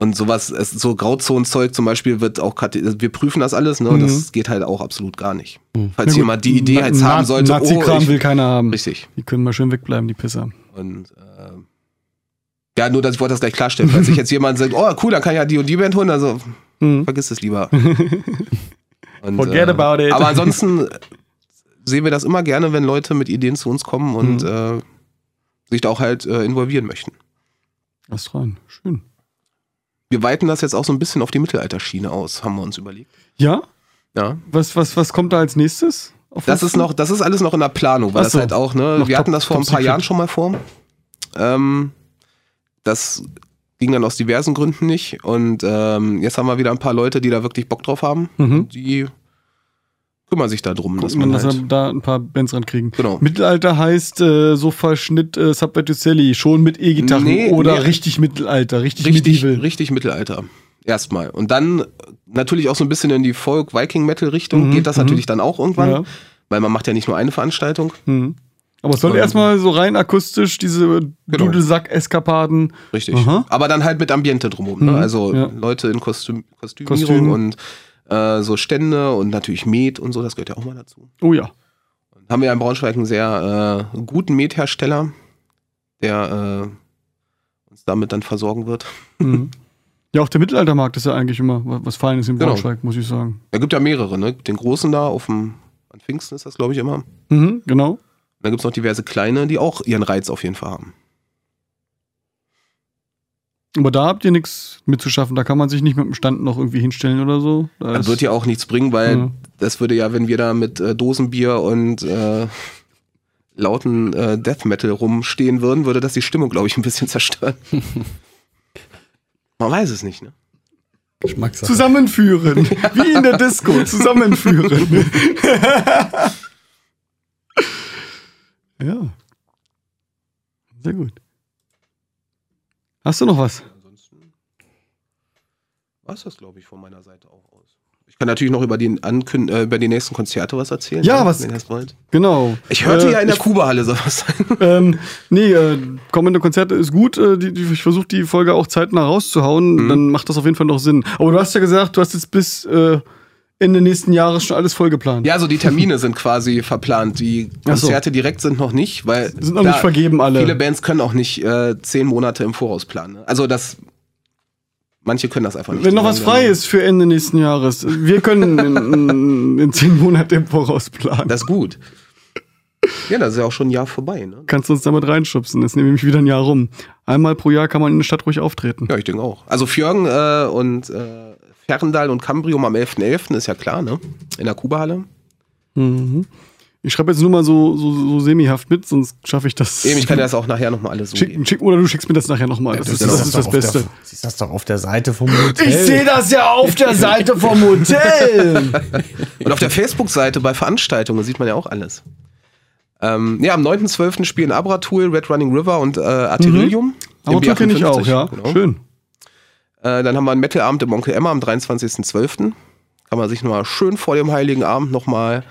Speaker 1: und sowas, es, so Grauzonenzeug zum Beispiel wird auch, kate- wir prüfen das alles, ne? Und
Speaker 2: Mhm.
Speaker 1: das geht halt auch absolut gar nicht.
Speaker 5: Mhm.
Speaker 1: Falls jemand die Idee jetzt haben sollte, oh,
Speaker 2: Nazi-Kram
Speaker 1: ich,
Speaker 2: will keiner haben.
Speaker 1: richtig.
Speaker 2: Die können mal schön wegbleiben, die Pisser.
Speaker 1: Und ähm, ja, nur, dass ich wollte das gleich klarstellen. Falls sich jetzt jemand sagt, oh cool, dann kann ich ja die und die Band holen, also
Speaker 2: Mhm.
Speaker 1: vergiss es lieber. Und, äh,
Speaker 2: Forget about it.
Speaker 1: Aber ansonsten sehen wir das immer gerne, wenn Leute mit Ideen zu uns kommen und
Speaker 2: Mhm.
Speaker 1: äh, sich da auch halt äh, involvieren möchten.
Speaker 2: Lass rein. Schön.
Speaker 1: Wir weiten das jetzt auch so ein bisschen auf die Mittelalterschiene aus, haben wir uns überlegt.
Speaker 2: Ja?
Speaker 1: Ja.
Speaker 2: Was, was, was kommt da als nächstes? Auf
Speaker 1: Das
Speaker 2: uns
Speaker 1: ist noch, das ist alles noch in der Planung, weil
Speaker 2: Ach
Speaker 1: das
Speaker 2: so.
Speaker 1: halt auch, ne,
Speaker 2: Noch
Speaker 1: wir
Speaker 2: top-
Speaker 1: hatten das vor
Speaker 2: top
Speaker 1: ein paar
Speaker 2: secret.
Speaker 1: Jahren schon mal vor. Ähm, das ging dann aus diversen Gründen nicht und ähm, jetzt haben wir wieder ein paar Leute, die da wirklich Bock drauf haben.
Speaker 2: Mhm.
Speaker 1: Die kümmern sich da drum, dass
Speaker 2: Gucken,
Speaker 1: man
Speaker 2: dass
Speaker 1: halt,
Speaker 2: wir da ein paar Bands rankriegen.
Speaker 1: genau.
Speaker 2: Mittelalter heißt äh, Sofa-Schnitt äh, Subway to Sally, schon mit E-Gitarren
Speaker 1: Nee,
Speaker 2: oder
Speaker 1: nee.
Speaker 2: richtig Mittelalter, richtig,
Speaker 1: Richtig,
Speaker 2: Medieval.
Speaker 1: richtig Mittelalter. Erstmal. Und dann äh, natürlich auch so ein bisschen in die Folk-Viking-Metal-Richtung
Speaker 2: Mhm,
Speaker 1: geht das
Speaker 2: mhm.
Speaker 1: natürlich dann auch irgendwann,
Speaker 2: Ja.
Speaker 1: weil man macht ja nicht nur eine Veranstaltung.
Speaker 2: Mhm. Aber es soll
Speaker 1: Ähm.
Speaker 2: erstmal so rein akustisch diese
Speaker 1: Genau.
Speaker 2: Dudelsack-Eskapaden.
Speaker 1: Richtig.
Speaker 2: Aha.
Speaker 1: Aber dann halt mit Ambiente drumherum.
Speaker 2: Mhm,
Speaker 1: Ne? Also
Speaker 2: ja.
Speaker 1: Leute in Kostüm Kostümierung
Speaker 2: Kostüm.
Speaker 1: und äh, so Stände und natürlich Met und so, das gehört ja auch mal dazu.
Speaker 2: Oh ja.
Speaker 1: Und haben wir in Braunschweig einen sehr äh, guten Methersteller, der äh, uns uns damit dann versorgen wird.
Speaker 2: Mhm. Ja, auch der Mittelaltermarkt ist ja eigentlich immer wa- was Feines in
Speaker 1: Genau.
Speaker 2: Braunschweig, muss ich sagen.
Speaker 1: Da gibt ja mehrere, ne? Gibt Den großen da auf dem, an Pfingsten ist das, glaube ich, immer. Und
Speaker 2: Mhm, genau.
Speaker 1: dann gibt es noch diverse kleine, die auch ihren Reiz auf jeden Fall haben.
Speaker 2: Aber da habt ihr nichts mitzuschaffen. Da kann man sich nicht mit dem Stand noch irgendwie hinstellen oder so. Da
Speaker 1: Das
Speaker 2: ist-
Speaker 1: wird ja auch nichts bringen, weil
Speaker 2: Mhm.
Speaker 1: das würde ja, wenn wir da mit äh, Dosenbier und äh, lauten äh, Death Metal rumstehen würden, würde das die Stimmung, glaube ich, ein bisschen zerstören. Man weiß es nicht, ne?
Speaker 5: Geschmackssache.
Speaker 2: Zusammenführen. Wie in der Disco. Zusammenführen. ja. Sehr gut. Hast du noch was?
Speaker 1: Ansonsten war es das, glaube ich, von meiner Seite auch aus. Ich kann natürlich noch über die, Ankün äh, über die nächsten Konzerte was erzählen.
Speaker 2: Ja,
Speaker 1: ne?
Speaker 2: was-
Speaker 1: Wenn ihr das wollt.
Speaker 2: Genau.
Speaker 1: Ich hörte
Speaker 2: Äh,
Speaker 1: ja in der Kuba-Halle sowas sein.
Speaker 2: ähm, nee, äh, kommende Konzerte ist gut. Äh, die, die, ich versuche die Folge auch zeitnah rauszuhauen.
Speaker 1: Mhm.
Speaker 2: Dann macht das auf jeden Fall noch Sinn. Aber du hast ja gesagt, du hast jetzt bis äh, Ende nächsten Jahres schon alles voll geplant.
Speaker 1: Ja, so die Termine sind quasi verplant. Die
Speaker 2: Ach so.
Speaker 1: Konzerte direkt sind noch nicht, weil
Speaker 2: Sind noch nicht vergeben alle.
Speaker 1: Viele Bands können auch nicht äh, zehn Monate im Voraus planen. ne? Also das, manche können das einfach nicht.
Speaker 2: Wenn
Speaker 1: Die
Speaker 2: noch was
Speaker 1: sagen
Speaker 2: frei
Speaker 1: dann,
Speaker 2: ist für Ende nächsten Jahres. Wir können in, in zehn Monaten im Voraus planen.
Speaker 1: Das ist gut. Ja, das ist ja auch schon ein Jahr vorbei. Ne?
Speaker 2: Kannst du uns damit reinschubsen? Das ist nämlich wieder ein Jahr rum. Einmal pro Jahr kann man in der Stadt ruhig auftreten.
Speaker 1: Ja, ich denke auch. Also Fjörgen äh, und äh, Ferndal und Cambrium am 11.11. ist ja klar, ne? In der Kuba-Halle.
Speaker 2: Mhm. Ich schreibe jetzt nur mal so, so, so semihaft mit, sonst schaffe ich das.
Speaker 1: Eben, ich kann dir das auch nachher nochmal alles so geben.
Speaker 2: schick, schick, oder du schickst mir das nachher nochmal. das, ist,
Speaker 1: ist
Speaker 2: das, ist das
Speaker 5: doch auf
Speaker 2: Beste.
Speaker 5: Der, siehst das doch auf der Seite vom Hotel.
Speaker 2: das ja auf der Seite vom Hotel.
Speaker 1: Und auf der Facebook-Seite bei Veranstaltungen sieht man ja auch alles. Ähm, ja, am 9.12. spielen Abratool, Red Running River und äh, Artillerillium. im
Speaker 2: Aber kenne Mhm. ich
Speaker 1: B58,
Speaker 2: auch, ja.
Speaker 1: genau.
Speaker 2: Schön.
Speaker 1: Äh, dann haben wir einen Metal-Abend im Onkel Emma am 23.12. Kann man sich nochmal schön vor dem Heiligen Abend nochmal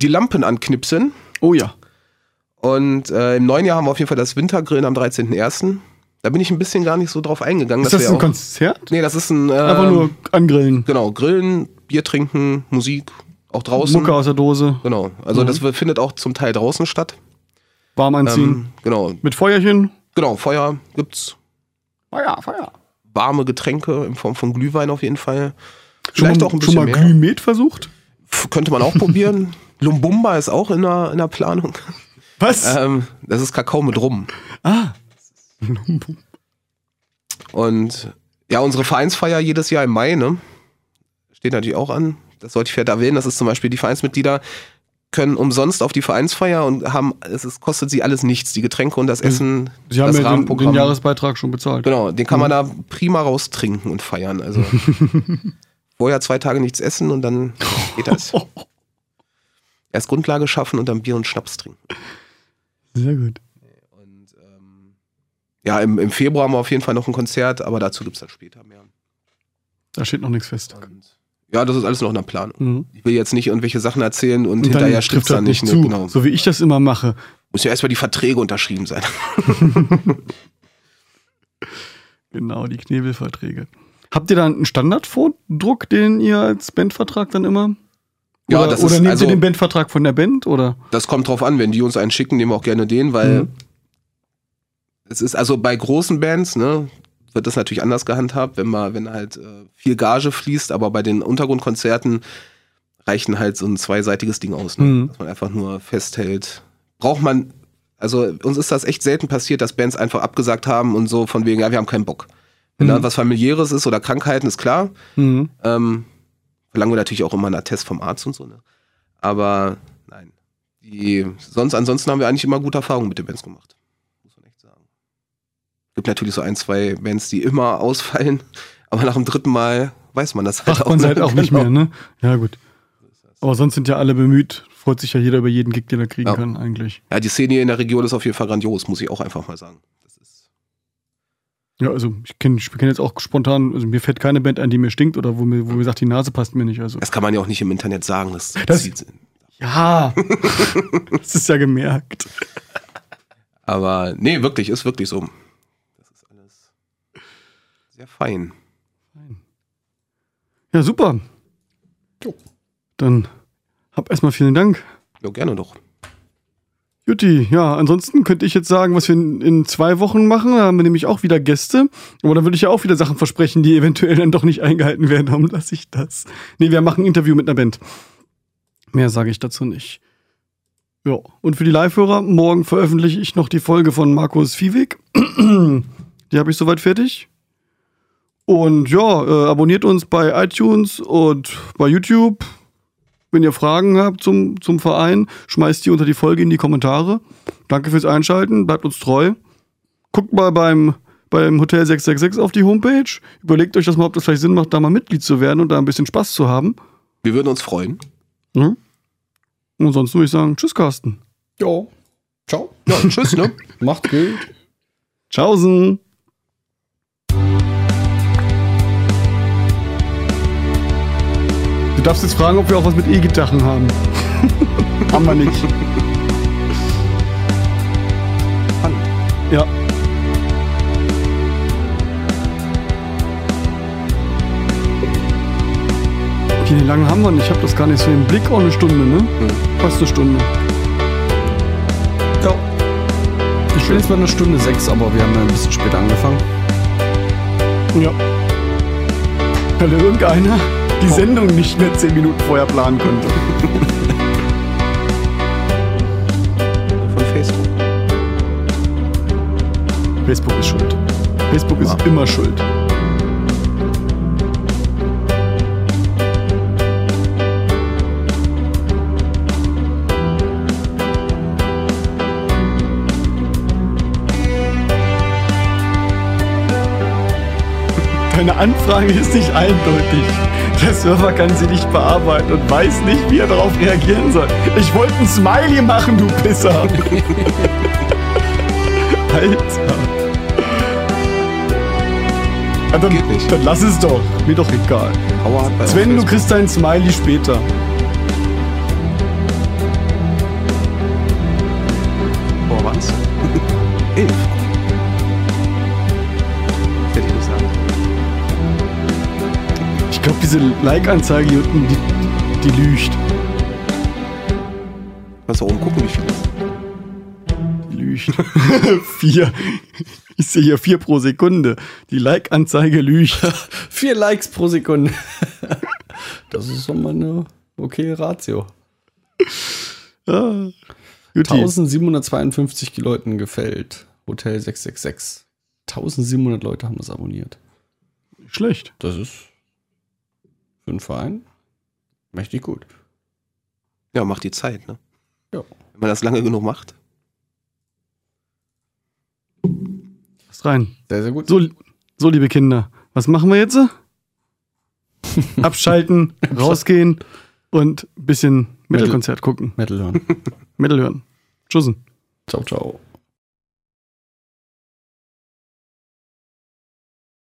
Speaker 1: die Lampen anknipsen.
Speaker 2: Oh ja.
Speaker 1: Und äh, im neuen Jahr haben wir auf jeden Fall das Wintergrillen am 13.01. Da bin ich ein bisschen gar nicht so drauf eingegangen.
Speaker 2: Ist
Speaker 1: dass
Speaker 2: das
Speaker 1: wir
Speaker 2: ein
Speaker 1: auch-
Speaker 2: Konzert?
Speaker 1: Nee, das ist ein. Äh,
Speaker 2: Einfach nur angrillen.
Speaker 1: Genau, Grillen, Bier trinken, Musik, auch draußen.
Speaker 2: Mucke aus der Dose,
Speaker 1: Genau, also
Speaker 2: Mhm.
Speaker 1: das wird- findet auch zum Teil draußen statt.
Speaker 2: warm anziehen.
Speaker 1: Ähm, genau,
Speaker 2: Mit Feuerchen.
Speaker 1: genau, Feuer gibt's, Ah
Speaker 2: Feuer, Feuer.
Speaker 1: warme Getränke in Form von Glühwein auf jeden Fall.
Speaker 2: Schon
Speaker 1: Vielleicht
Speaker 2: mal,
Speaker 1: auch ein
Speaker 2: schon
Speaker 1: bisschen
Speaker 2: mal
Speaker 1: mehr.
Speaker 2: Glühmet versucht?
Speaker 1: F- Könnte man auch probieren. Lumbumba ist auch in der, in der Planung.
Speaker 2: Was?
Speaker 1: Ähm, das ist Kakao mit Rum.
Speaker 2: Äh, ah.
Speaker 1: Und ja, unsere Vereinsfeier jedes Jahr im Mai, ne? Steht natürlich auch an. Das sollte ich vielleicht erwähnen. Das ist zum Beispiel, die Vereinsmitglieder können umsonst auf die Vereinsfeier und haben, es ist, kostet sie alles nichts. Die Getränke und das
Speaker 2: Mhm.
Speaker 1: Essen,
Speaker 2: Sie haben
Speaker 1: das
Speaker 2: ja den, den Jahresbeitrag schon bezahlt.
Speaker 1: Genau, den
Speaker 2: Mhm.
Speaker 1: kann man da prima raustrinken und feiern. Also vorher zwei Tage nichts essen und dann geht das. Erst Grundlage schaffen und dann Bier und Schnaps trinken.
Speaker 2: Sehr gut.
Speaker 1: Und ähm, ja, im, im Februar haben wir auf jeden Fall noch ein Konzert, aber dazu gibt es dann später mehr.
Speaker 2: Da steht noch nichts fest.
Speaker 1: Und, ja, das ist alles noch in der Planung.
Speaker 2: Mhm.
Speaker 1: Ich will jetzt nicht irgendwelche Sachen erzählen und,
Speaker 2: Und
Speaker 1: hinterher
Speaker 2: dann
Speaker 1: stimmt's
Speaker 2: trifft
Speaker 1: dann
Speaker 2: das
Speaker 1: nicht.
Speaker 2: nicht
Speaker 1: ne?
Speaker 2: zu,
Speaker 1: Genau.
Speaker 2: so wie ich das immer mache.
Speaker 1: Muss ja erstmal die Verträge unterschrieben sein.
Speaker 2: Genau, die Knebelverträge. Habt ihr da einen Standardvordruck, den ihr als Bandvertrag dann immer?
Speaker 1: Ja,
Speaker 2: oder,
Speaker 1: das
Speaker 2: oder
Speaker 1: ist-
Speaker 2: nehmt
Speaker 1: also-
Speaker 2: ihr den Bandvertrag von der Band? Oder?
Speaker 1: Das kommt drauf an, wenn die uns einen schicken, nehmen wir auch gerne den, weil
Speaker 2: Mhm.
Speaker 1: es ist also bei großen Bands, ne, wird das natürlich anders gehandhabt, wenn man, wenn halt äh, viel Gage fließt, aber bei den Untergrundkonzerten reichen halt so ein zweiseitiges Ding aus, ne?
Speaker 2: Mhm.
Speaker 1: dass man einfach nur festhält. Braucht man, also uns ist das echt selten passiert, dass Bands einfach abgesagt haben und so von wegen, ja, wir haben keinen Bock. Wenn da
Speaker 2: Mhm.
Speaker 1: was Familiäres ist oder Krankheiten, ist klar.
Speaker 2: Mhm.
Speaker 1: Ähm, verlangen wir natürlich auch immer einen Attest vom Arzt und so, ne? Aber nein. Die, sonst, ansonsten haben wir eigentlich immer gute Erfahrungen mit den Bands gemacht. Muss man echt sagen. Gibt natürlich so ein, zwei Bands, die immer ausfallen, aber nach dem dritten Mal weiß man das
Speaker 2: Macht man es halt auch nicht
Speaker 1: Genau.
Speaker 2: mehr, ne? Ja, gut. Aber sonst sind ja alle bemüht. Freut sich ja jeder über jeden Gig, den er kriegen
Speaker 1: Ja.
Speaker 2: kann, eigentlich.
Speaker 1: Ja, die Szene hier in der Region ist auf jeden Fall grandios, muss ich auch einfach mal sagen. Das ist,
Speaker 2: Ja, also ich kenne ich kenn jetzt auch spontan, also mir fällt keine Band ein, die mir stinkt oder wo mir, wo mir sagt, die Nase passt mir nicht. Also.
Speaker 1: das kann man ja auch nicht im Internet sagen. Das,
Speaker 2: Das-
Speaker 1: zieht-
Speaker 2: Ja, das ist ja gemerkt.
Speaker 1: aber nee, wirklich, ist wirklich so. Das ist alles sehr fein.
Speaker 2: Ja, super. Dann hab erstmal vielen Dank.
Speaker 1: Ja, gerne doch.
Speaker 2: Jutti, ja, ansonsten könnte ich jetzt sagen, was wir in, in zwei Wochen machen. Da haben wir nämlich auch wieder Gäste. Aber dann würde ich ja auch wieder Sachen versprechen, die eventuell dann doch nicht eingehalten werden. Darum lasse ich das. Nee, wir machen ein Interview mit einer Band. Mehr sage ich dazu nicht. Ja, und für die Live-Hörer, morgen veröffentliche ich noch die Folge von Markus Viewig. Die habe ich soweit fertig. Und ja, äh, abonniert uns bei iTunes und bei YouTube. Wenn ihr Fragen habt zum, zum Verein, schmeißt die unter die Folge in die Kommentare. Danke fürs Einschalten, bleibt uns treu. Guckt mal beim, beim Hotel 666 auf die Homepage. Überlegt euch das mal, ob das vielleicht Sinn macht, da mal Mitglied zu werden und da ein bisschen Spaß zu haben.
Speaker 1: Wir würden uns freuen.
Speaker 2: Ne? Und sonst würde ich sagen, tschüss Carsten.
Speaker 5: Jo. Ciao.
Speaker 1: Ja, tschüss, ne?
Speaker 5: Macht gut.
Speaker 2: Tschaußen. Du darfst jetzt fragen, ob wir auch was mit E-Gitarren haben. haben wir nicht. Ja. Okay, wie lange haben wir denn? Ich habe das gar nicht so im Blick. Auch eine Stunde, ne? Fast eine Stunde.
Speaker 5: Jo. Ich bin jetzt bei einer Stunde sechs, aber wir haben ja ein bisschen später angefangen.
Speaker 2: Ja. Weil irgendeiner die Sendung nicht mehr 10 Minuten vorher planen konnte.
Speaker 1: Von Facebook.
Speaker 2: Facebook ist schuld. Facebook ist immer schuld. Deine Anfrage ist nicht eindeutig. Der Server kann sie nicht bearbeiten und weiß nicht, wie er darauf reagieren soll. Ich wollte ein Smiley machen, du Pisser. Alter. Ja, dann,
Speaker 1: Geht nicht.
Speaker 2: dann lass es doch. Mir doch egal.
Speaker 1: Hauer hat bei
Speaker 2: Sven, du
Speaker 1: Facebook.
Speaker 2: kriegst deinen Smiley später.
Speaker 1: Boah, was? Elf. Hätte ich gesagt.
Speaker 2: Ich glaube, diese Like-Anzeige hier unten, die, die lügt.
Speaker 1: Kannst du oben gucken, wie viel ist.
Speaker 2: Lügt. vier. Ich sehe hier vier pro Sekunde. Die Like-Anzeige lügt.
Speaker 5: Vier Likes pro Sekunde. das ist schon mal eine okay Ratio.
Speaker 2: Ah. Jutti.
Speaker 5: 1752 Leuten gefällt. Hotel 666. 1700 Leute haben das abonniert.
Speaker 2: Schlecht.
Speaker 5: Das ist für einen Verein mächtig gut.
Speaker 1: Ja, macht die Zeit, ne?
Speaker 5: Ja.
Speaker 1: Wenn man das lange genug macht.
Speaker 2: Lass rein.
Speaker 5: Sehr, sehr gut.
Speaker 2: So, so, liebe Kinder, was machen wir jetzt? Abschalten, rausgehen und ein bisschen Metal-Konzert gucken.
Speaker 5: Metal hören.
Speaker 2: Metal hören. Tschüssen.
Speaker 5: ciao, ciao.